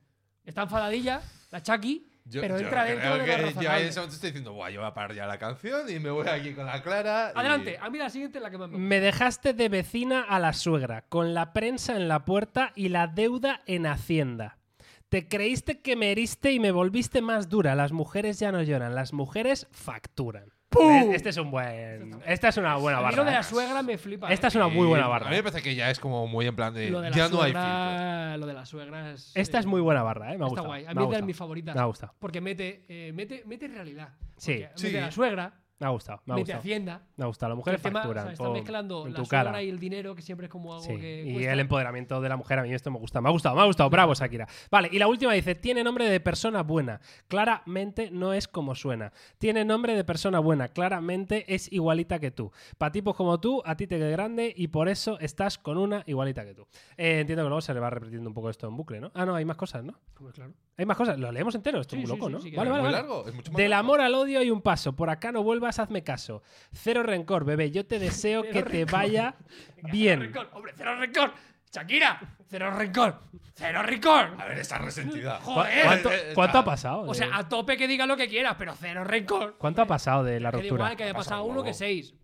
está enfadadilla la Chucky,
Yo-
pero
yo
entra dentro
creo
de lo
que ya en
razonable.
ese momento estoy diciendo, guau, yo voy a parar ya la canción y me voy aquí con la Clara. y-
Adelante, a mí la siguiente es la que más me gusta.
Me dejaste de vecina a la suegra, con la prensa en la puerta y la deuda en Hacienda. Te creíste que me heriste y me volviste más dura. Las mujeres ya no lloran, las mujeres facturan.
¡Pum!
Este es un buen. Esta es una buena
A mí lo de
barra. ¿eh?
la suegra me flipa.
Esta
¿eh?
es una muy buena barra.
A mí me parece que ya es como muy en plan de.
Lo de la
ya no hay filtro.
suegra, Lo de la suegra es.
Esta
eh,
es muy buena barra, ¿eh? Me ha
está
gustado.
guay. A
me ha
mí es de
gustado.
mis favoritas.
Me ha gustado.
Porque mete, eh, mete, mete realidad.
Sí.
Porque
Sí.
Mete la suegra,
Me ha gustado. Me ha
mete
gustado.
Hacienda.
Me ha gustado. Las
que
mujeres
el tema, o sea,
facturan.
está
pum,
mezclando
en
la
tu
suegra
cara.
y el dinero, que siempre es como algo
Sí,
que.
Y
cuesta.
el empoderamiento de la mujer, a mí esto me gusta. Me ha gustado, me ha gustado. Bravo, Shakira. Vale, y la última dice: Tiene nombre de persona buena. Claramente no es como suena. Tiene nombre de persona buena. Claramente es igualita que tú. Para tipos como tú, a ti te queda grande y por eso estás con una igualita que tú. Eh, entiendo que luego se le va repitiendo un poco esto en bucle, ¿no? Ah, no, hay más cosas, ¿no?
Hombre, claro.
Hay más cosas. Lo leemos entero. Esto
Sí,
es muy
sí,
loco,
sí,
¿no?
sí que
vale,
es
vale,
es muy
vale.
largo. Es mucho más
Del
largo.
amor al odio hay un paso. Por acá no vuelvas vivas, hazme caso. Cero rencor, bebé. Yo te deseo
<laughs> Cero
que te
rencor.
vaya
Venga, Cero
bien.
rencor, hombre, cero rencor. Shakira, cero rencor. Cero rencor.
A ver, está resentida.
¿Cu-
<laughs> Joder.
¿Cuánto,
Eh, eh,
cuánto ha
está-
pasado?
O
de-
sea, a tope que diga lo que quieras, pero cero rencor.
¿Cuánto ha pasado de la
Que da igual
ruptura?
que haya
Ha pasado
pasado uno
algo.
que seis.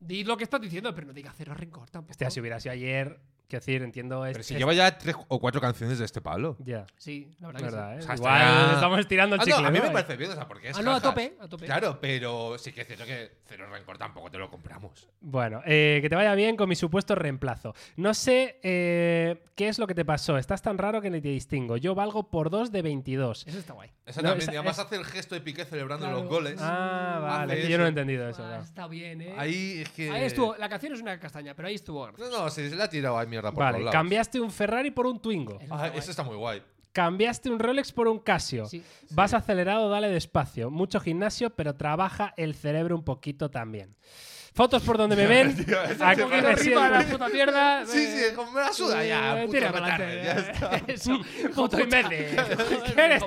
Di lo que estás diciendo, pero no digas cero rencor tampoco.
Hostia, si hubiera Este sido ayer, quiero decir, entiendo. es-
Pero si
es-
lleva ya tres o cuatro canciones de este palo.
Ya,
Sí, la
es
verdad,
verdad, ¿eh?
O
que sí.
sea, está
Igual
ya-
estamos tirando el
Ah, no,
chicle.
a mí
¿no?
me parece bien, o sea, porque es.
Ah, no, a
jajas.
tope, a tope.
Claro, pero sí que es cierto que Cero Rencor tampoco te lo compramos.
Bueno, eh, que te vaya bien con mi supuesto reemplazo. No sé eh, qué es lo que te pasó. Estás tan raro que ni te distingo. Yo valgo por 2 de 22.
Eso está guay.
Eso
No,
también,
esa-
y además
es-
hace el gesto de Piqué celebrando
Claro.
los goles.
Ah, vale.
Hace
que Yo no he
eso.
entendido eso.
Ah,
claro.
está bien, ¿eh?
Ahí es que.
Ahí estuvo. La canción es una castaña, pero ahí estuvo.
No, no, se le ha tirado a mierda por
Vale,
todos lados.
cambiaste un Ferrari por un Twingo.
Eso
Ah,
está
eso está muy guay.
Cambiaste un Rolex por un Casio.
<laughs> Sí.
Vas acelerado, dale despacio. Mucho gimnasio, pero trabaja el cerebro un poquito también. Fotos por donde me ven.
<laughs> Tío, eso
Aquí
se
me
pasa.
Porque
siento.
rima la puta mierda.
Sí, sí, es
eh,
como me la suda ya.
eh,
Puto
tira pa'lante,
retarde, ya
eh.
está.
<laughs> Eso.
Puto
Puta.
imbécil. <laughs>
Joder,
que eres
hijo puta.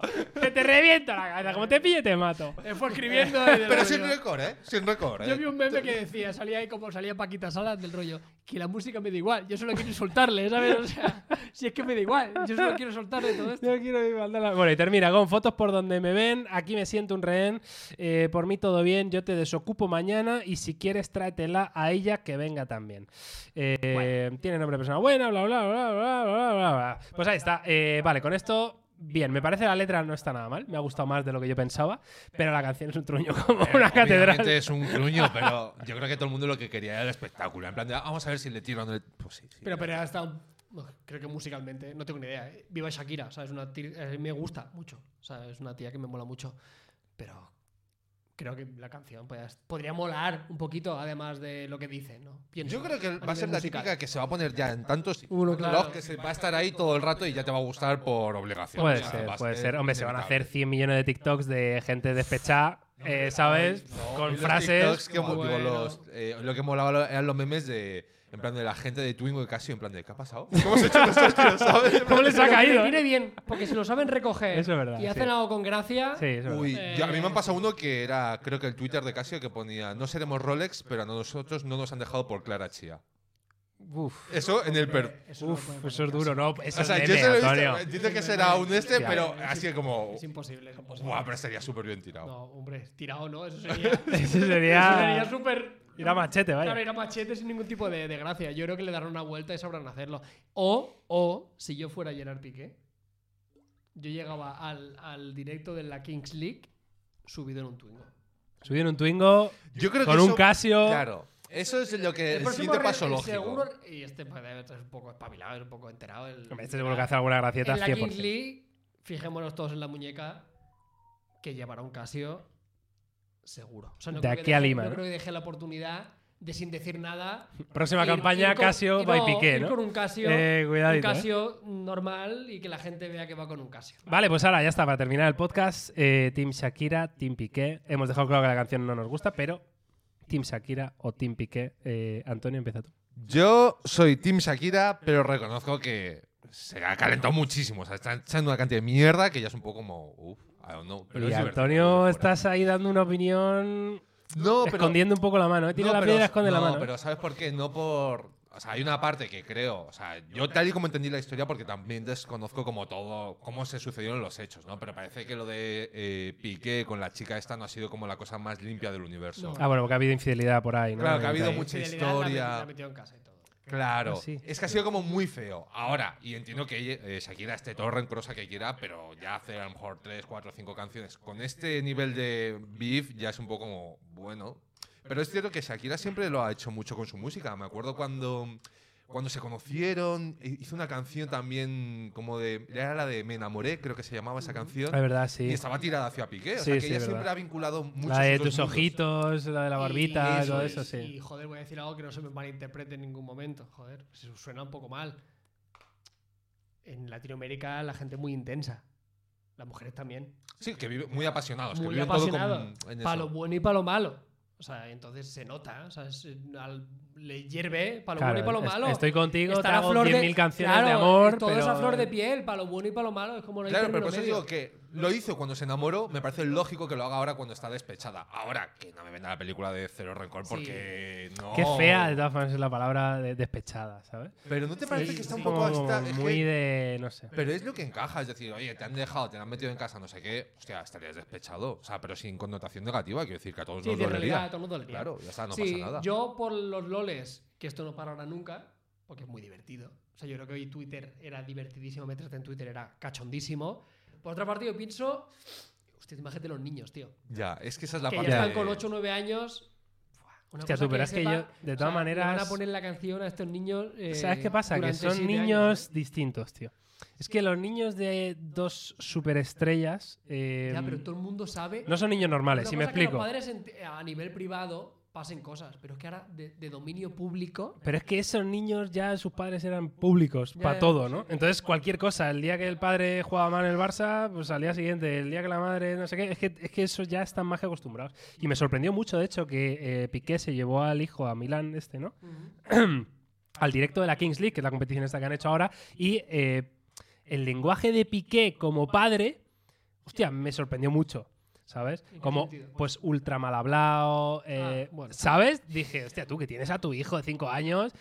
tonto. Que te reviento la cabeza. Como te pille, te mato.
Eh, Fue escribiendo. y de
Pero
rollo.
sin récord, ¿eh? Sin récord, ¿eh?
Yo vi un meme que decía, salía ahí como salía Paquita Salas del rollo, que la música me da igual, yo solo quiero insultarle, ¿sabes? O sea, <laughs> si es que me da igual, yo solo quiero soltarle todo esto.
Yo quiero ir a mandar la- Bueno, y termina con fotos por donde me ven. Aquí me siento un rehén. eh, por mí todo bien. Yo te desocupo mañana. Y si quieres, tráetela a ella que venga también. Eh, Tiene nombre de persona buena, bla, bla, bla, bla, bla, bla, bla. Pues ahí está. Eh, vale, con esto. Bien, me parece la letra no está nada mal. Me ha gustado más de lo que yo pensaba. Pero la canción es un truño como una catedral.
Obviamente es un gruño, pero yo creo que todo el mundo lo que quería era el espectáculo. En plan, de, "Ah, vamos a ver si le tiro o no le. Pues sí, sí.
Pero, pero hasta, no, creo que musicalmente, no tengo ni idea, ¿eh? viva Shakira, ¿sabes? Una tía, eh, me gusta mucho, o sea, es una tía que me mola mucho, pero creo que la canción podría, podría molar un poquito, además de lo que dice, ¿no? Pienso,
Yo creo que va a
nivel
ser la
musical.
típica que se va a poner ya en tantos sitios,
Uno,
en
claro.
los que se va a estar ahí todo el rato y ya te va a gustar por
<laughs>
obligación.
Puede
O sea,
ser,
va a
puede ser. Hombre, se van a hacer 100 millones de TikToks de gente despechada, eh, ¿sabes? Con
Los
frases.
TikToks que mo- digo,
Bueno.
los, eh, lo que molaba lo- eran los memes de. En plan, de la gente de Twingo y Casio, en plan, de ¿qué ha
<laughs>
pasado? ¿Cómo hemos hecho nosotros que lo sabes?
¿Cómo les ha
Pero
caído? ¿eh?
Viene bien, porque si lo saben recoger
Eso es verdad,
y hacen
sí.
algo con gracia,
Sí, es verdad.
Uy,
Eh,
yo- a mí me han pasado uno que era, creo que el Twitter de Casio que ponía, no seremos Rolex, pero a nosotros no nos han dejado por Clara Chía.
Uf,
Eso en el per.
eso no lo pueden
uf,
pues,
eso
poner.
es duro, ¿no? Eso
O sea,
es
yo
meme,
se lo he visto,
Antonio.
entiendo que será un este,
Ya.
pero así como.
Es imposible, es imposible.
Buah, pero sería súper bien tirado.
No, hombre, tirado
<laughs>
no, eso sería. eso
Eso
sería
sería.
súper.
eh.
Ir a machete,
Claro,
vaya.
ir a machete sin ningún tipo de, de gracia. Yo creo que le darán una vuelta y sabrán hacerlo. O, o, si yo fuera Gerard Piqué, yo llegaba al, al directo de la Kings League subido en un Twingo.
Subí en un Twingo
Yo creo
con
que
un
eso-
Casio.
Claro. Eso es lo que. El,
próximo
siguiente
re-
paso
el
lógico.
segundo- y este pues, debe estar un poco espabilado, es un poco enterado. El,
Hombre, Este seguro que hace alguna gracieta
en la
100%.
Kings League, fijémonos todos en la muñeca, que llevará un Casio seguro. O sea, no
De
creo que
aquí a
deje-
Lima,
No
¿no?
creo que deje la oportunidad de sin decir nada.
Próxima
ir-
campaña,
ir con-
Casio
ir-
by
no,
Piqué,
ir
¿no?
con un Casio,
Eh,
un
cuidadito, ¿eh?
Casio normal y que la gente vea que va con un Casio.
Vale, pues ahora ya está, para terminar el podcast, eh, Team Shakira, Team Piqué. Hemos dejado claro que la canción no nos gusta, pero Team Shakira o Team Piqué. Eh, Antonio, empieza tú.
Yo soy Team Shakira, pero reconozco que se ha calentado muchísimo. O sea, están echando una cantidad de mierda que ya es un poco como. Uf, I don't know. Pero
y
es divertido
Antonio,
desde fuera.
estás ahí dando una opinión,
No, pero.
escondiendo un poco la mano. ¿eh? Tiene
no,
la
pero-
piedra, esconde la
no,
mano. ¿eh?
pero ¿sabes por qué? No por. O sea, hay una parte que creo. O sea, yo tal y como entendí la historia, porque también desconozco como todo, cómo se sucedieron los hechos, ¿no? Pero parece que lo de eh, Piqué con la chica esta no ha sido como la cosa más limpia del universo.
No.
Ah, bueno, porque ha habido infidelidad por ahí, ¿no?
Claro, que ha
Ahí,
habido
ahí.
mucha
Fidelidad la metió-
historia.
la metió en casa y todo.
Claro,
Ah, sí.
es que ha sido como muy feo. Ahora, y entiendo que eh, Shakira esté todo rencorosa que quiera, pero ya hacer a lo mejor 3, 4, 5 canciones con este nivel de beef ya es un poco como bueno. Pero es cierto que Shakira siempre lo ha hecho mucho con su música. Me acuerdo cuando, cuando se conocieron, eh, hizo una canción también como de. Era la de Me enamoré, creo que se llamaba esa canción.
Ah, Es verdad, sí.
Y estaba tirada hacia Piqué. O
Sí,
sea, que
sí,
ella
es verdad.
siempre ha vinculado mucho.
La de
esos dos
tus
mundos.
ojitos, la de la barbita,
Y-
todo
y-
eso, sí.
Y joder, voy a decir algo que no se me malinterprete en ningún momento. Joder, se suena un poco mal. En Latinoamérica la gente es muy intensa. Las mujeres también.
Sí, que vive muy apasionados. que
muy
viven todo con-
apasionado.
en
Para
eso.
lo bueno y para lo malo. O sea, entonces se nota. O sea, es- al- le hierve para lo bueno y para lo
es-
malo.
Estoy contigo, te
Está la
hago
flor de-
10.000 canciones
claro,
de amor.
Todo
pero...
esa flor de piel, para lo bueno y para lo malo. Es como no hay
Claro, pero
término
por eso
medio.
digo que Lo hizo cuando se enamoró, me parece lógico que lo haga ahora cuando está despechada. Ahora que no me venda la película de Cero Rencor porque no.
Qué fea, de todas formas, es la palabra de- despechada, ¿sabes?
Pero no te parece
Es
que está un
como-
poco hasta.
como
es que-
muy de. No sé.
Pero es lo que encaja, es decir, oye, te han dejado, te han metido en casa, no sé qué, hostia, estarías despechado. O sea, pero sin connotación negativa, quiero decir que a todos
Sí,
nos
de realidad,
dolería.
a todos nos dolería.
Claro, ya está, no
Sí,
pasa nada.
Yo por los loles, que esto no parará nunca, porque es muy divertido. O sea, yo creo que hoy Twitter era divertidísimo, meterte en Twitter era cachondísimo. Por otra parte, yo pienso, hostia, imagínate los niños, tío.
Ya, es que esa es la
que
parte.
ya están
de-
con 8 o 9 años. Buah, Una
Hostia, tú, pero es que yo, de
o
todas
sea, le Van a
maneras-
poner la canción a estos niños. eh,
¿Sabes qué pasa? Que
durante
son
siete
niños
años.
distintos, tío. Es que los niños de dos superestrellas eh,
Ya, pero todo el mundo sabe.
no son niños normales,
Una
si me
cosa es que
explico.
los padres en- a nivel privado pasen cosas, pero es que ahora de, de dominio público.
Pero es que esos niños ya sus padres eran públicos
Ya,
para
ya.
todo, ¿no? Entonces cualquier cosa, el día que el padre jugaba mal en el Barça, pues al día siguiente, el día que la madre no sé qué, es que, es que eso ya están más que acostumbrados. Y me sorprendió mucho, de hecho, que eh, Piqué se llevó al hijo a Milán este, ¿no? al directo de la Kings League, que es la competición esta que han hecho ahora, y eh, el lenguaje de Piqué como padre, hostia, me sorprendió mucho. ¿Sabes?
¿En qué
Como,
sentido? Ah,
pues, ultra mal hablado. eh,
bueno.
¿Sabes? Dije, hostia, tú que tienes a tu hijo de 5 años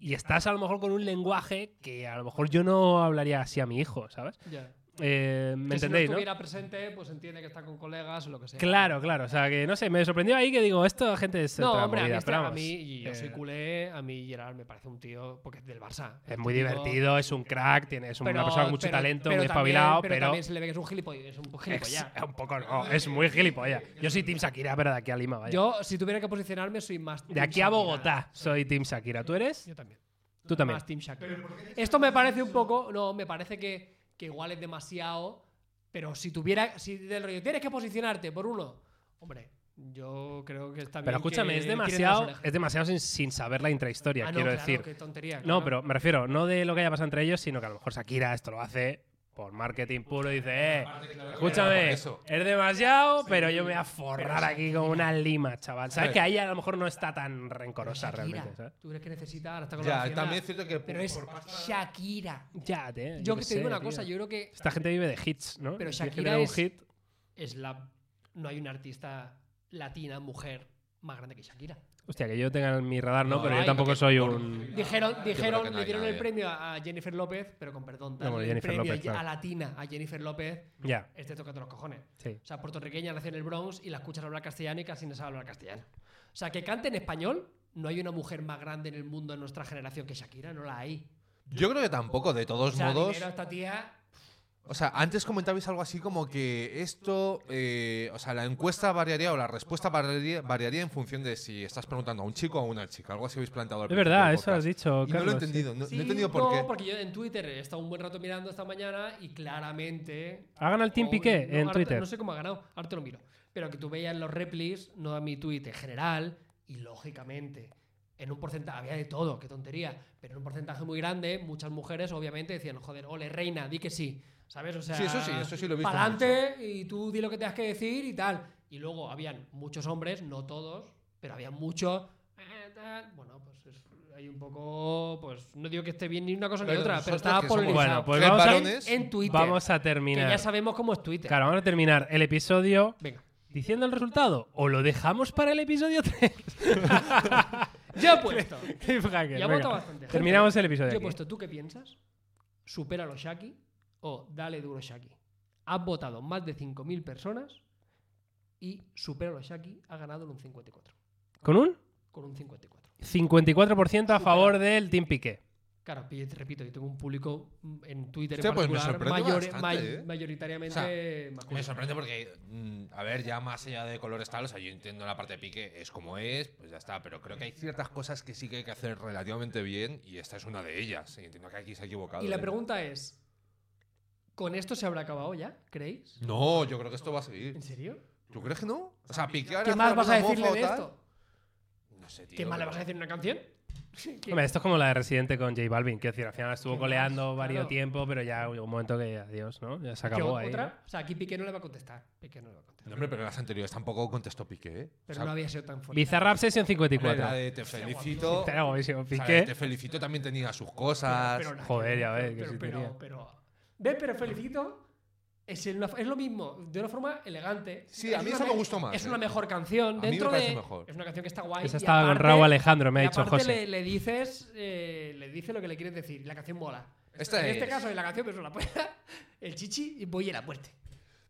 y estás a lo mejor con un lenguaje que a lo mejor yo no hablaría así a mi hijo, ¿sabes?
Ya.
Eh, ¿Me
Que
entendéis,
si no
no?
estuviera presente, pues entiende que está con colegas o lo que sea.
Claro, claro. O sea, que no sé, me sorprendió ahí que digo, esto gente es.
No,
otra
hombre, a mí,
movida,
este-
pero
a
vamos,
mí- y yo
eh,
soy culé, a mí Gerard me parece un tío, porque es del Barça.
Es muy
Típico-
divertido, es un crack, tiene, es
pero-
una persona con mucho
pero-
talento,
pero
muy
también-
espabilado, pero.
también se le ve que es un gilipollas, es un gilipollas.
<laughs> es, un poco no, es muy gilipollas. Yo soy Team Shakira, pero de aquí a Lima, vaya.
Yo, si tuviera que posicionarme, soy más...
de
Team
aquí a
Shakira.
Bogotá soy Team Shakira. ¿Tú eres?
Yo también.
Tú también.
Más Team Shakira. Esto me parece un poco... No, me parece que, que igual es demasiado, pero si tuviera... Si del rollo tienes que posicionarte por uno, hombre, yo creo que está bien
Pero escúchame,
que
es
tiren las
demasiado,
orejas.
es demasiado sin, sin saber la intrahistoria,
Ah, no,
quiero
claro,
decir.
qué tontería,
No,
claro.
pero me refiero, no de lo que haya pasado entre ellos, sino que a lo mejor Shakira esto lo hace por marketing puro y dice, eh, escúchame,
Eso.
es demasiado, pero yo me voy a forrar aquí como una lima, chaval. Sabes
Sí.
que ahí a lo mejor no está tan
Pero
rencorosa
Shakira,
realmente, ¿sabes?
¿Tú crees que necesita? Ahora está con la
Ya,
nacional.
también es cierto que.
Pero es
por pasta-
Shakira.
Ya, tío,
Yo
qué
que te
sé,
digo una
tío.
cosa, yo creo que
Esta gente vive de hits, ¿no?
Pero
Tienes que
Shakira
tener un
es-
hit.
es la no hay una artista latina mujer más grande que Shakira.
Hostia, que yo tenga en mi radar, ¿no?
No,
pero
no
yo
hay,
tampoco
porque-
soy
por-
un...
Dijeron,
que
dijeron,
no
le
hay
dieron el
nadie.
premio a Jennifer López, pero con perdón, darle
bueno,
el
Jennifer
premio
López,
a
claro.
latina a Jennifer López
Ya,
es de tocando los cojones.
sí.
O sea, puertorriqueña nació en el Bronx y la escuchas hablar castellano y casi no sabe hablar castellano. O sea, que cante en español, no hay una mujer más grande en el mundo en nuestra generación que Shakira, no la hay.
Yo creo que tampoco, de
O
todos
sea,
modos.
dinero esta tía
O sea, antes comentabais algo así como que esto, eh, o sea, la encuesta variaría o la respuesta variaría, variaría en función de si estás preguntando a un chico o a una chica. Algo así habéis planteado.
Es
al principio
verdad,
del
eso has
podcast.
dicho,
Y no lo he
Carlos.
entendido, no, no
Sí,
he entendido por
no,
qué.
porque yo en Twitter he estado un buen rato mirando esta mañana y claramente.
Hagan al Team
Oh,
Piqué
no,
en
ahora-
Twitter.
No sé cómo ha ganado, ahora te lo miro. Pero que tú veías los replis, no a mi tweet en general, y lógicamente, en un porcentaje, había de todo, qué tontería, pero en un porcentaje muy grande, muchas mujeres obviamente decían, joder, ole, reina, di que sí. ¿Sabes? O sea,
Sí, eso sí, eso sí lo he visto
Pa'lante y tú di lo que tengas que decir y tal. Y luego habían muchos hombres, no todos, pero había muchos. eh, tal. Bueno, pues es- hay un poco. Pues no digo que esté bien ni una cosa ni
Pero
otra,
nosotros
pero estaba
que somos
polarizado.
Bueno, pues
tres
vamos a-
varones,
en Twitter.
Vamos a
que
terminar.
ya sabemos cómo es Twitter.
Claro, vamos a terminar el episodio
Venga.
diciendo el resultado. ¿O lo dejamos para el episodio <laughs> 3? <laughs>
Yo he puesto.
Cliffhanger,
y ha
venga.
votado bastante. gente.
Terminamos el episodio
Yo he
aquí.
puesto, ¿tú qué piensas? ¿Supéralo, Shaki? O dale duro, Shaki. Has votado más de 5.000 personas y Supéralo, Shaki ha ganado en un 54.
Con un
Con un 54.
54% a favor del Team Piqué.
Claro, yo te repito, yo tengo un público mm, en Twitter
Hostia,
en
pues me sorprende
particular mayori-
bastante,
may-
¿eh?
mayoritariamente masculino.
Me sorprende porque, mm, a ver, ya más allá de colores tal, o sea, yo entiendo la parte de pique, es como es, pues ya está, pero creo que hay ciertas cosas que sí que hay que hacer relativamente bien y esta es una de ellas. Y entiendo que aquí se ha equivocado.
Y la
¿eh?
pregunta es, ¿con esto se habrá acabado ya? ¿Creéis?
No, yo creo que esto va a seguir.
¿En serio?
¿Tú crees que no? O sea, pique ahora
¿Qué más
hacer
vas a
una
decirle
mofa o
de
tal.
esto?
No sé, tío.
¿Qué más le
pero-
vas a decir en una canción? <laughs> ¿Qué-
Hombre, esto es como la de Residente con J Balvin. Quiero decir, al final estuvo
¿Qué
coleando
más?
varios
Claro.
tiempo, pero ya hubo un momento que adiós, ¿no? Ya se
qué
acabó ahí.
otra? O sea, aquí Piqué no le va a contestar. Piqué no le va a contestar.
No, hombre, pero las anteriores tampoco contestó Piqué. ¿eh?
Pero
O sea,
no había sido tan fuerte.
Bizarrap Session
la
54.
de te felicito.
Estaría guapísimo.
o sea,
Piqué.
te felicito también tenía sus cosas.
Pero nada,
Joder,
que-
ya ves,
pero-
que sí
pero,
tenía.
pero, ¿Ves? Pero felicito. Es, en una- es lo mismo, de una forma elegante.
Sí,
Es
a mí
una
eso me
me-
gustó más,
Es
eh.
una mejor canción.
A mí
Dentro
me parece
de-
mejor.
Es una canción que está guay.
Esa
y
estaba con
aparte-
Raúl Alejandro, me ha
y
dicho
aparte
José.
Le, le dices, eh, le dices lo que le quieres decir. y La canción mola.
Esta
en
es-
este caso, en la canción, pero es la polla, <laughs> el chichi y voy a la muerte.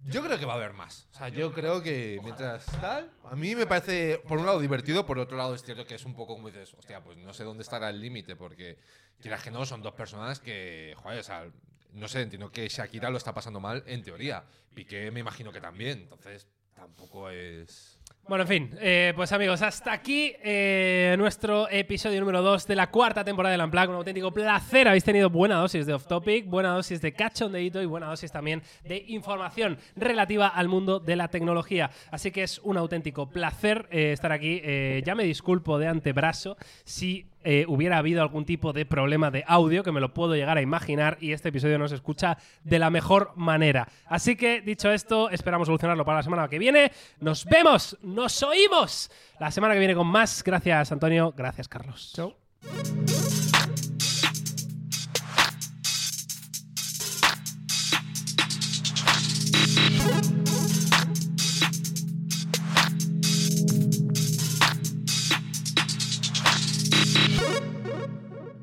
Yo creo que va a haber más. O sea, yo creo que mientras tal. A mí me parece, por un lado, divertido, por otro lado, es cierto que es un poco como dices, hostia, pues no sé dónde estará el límite, porque quieras que no, son dos personas que, joder, o sea, no sé, entiendo que Shakira lo está pasando mal, en teoría. Piqué me imagino que también, entonces tampoco es.
Bueno, en fin, eh, pues amigos, hasta aquí eh, nuestro episodio número 2 de la cuarta temporada de Unplugged. Un auténtico placer. Habéis tenido buena dosis de off topic, buena dosis de cachondeíto y buena dosis también de información relativa al mundo de la tecnología. Así que es un auténtico placer eh, estar aquí. Eh, ya me disculpo de antebrazo si eh, hubiera habido algún tipo de problema de audio, que me lo puedo llegar a imaginar, y este episodio no se escucha de la mejor manera. Así que, dicho esto, esperamos solucionarlo para la semana que viene. Nos vemos, nos oímos la semana que viene con más. Gracias, Antonio. Gracias, Carlos.
Chao.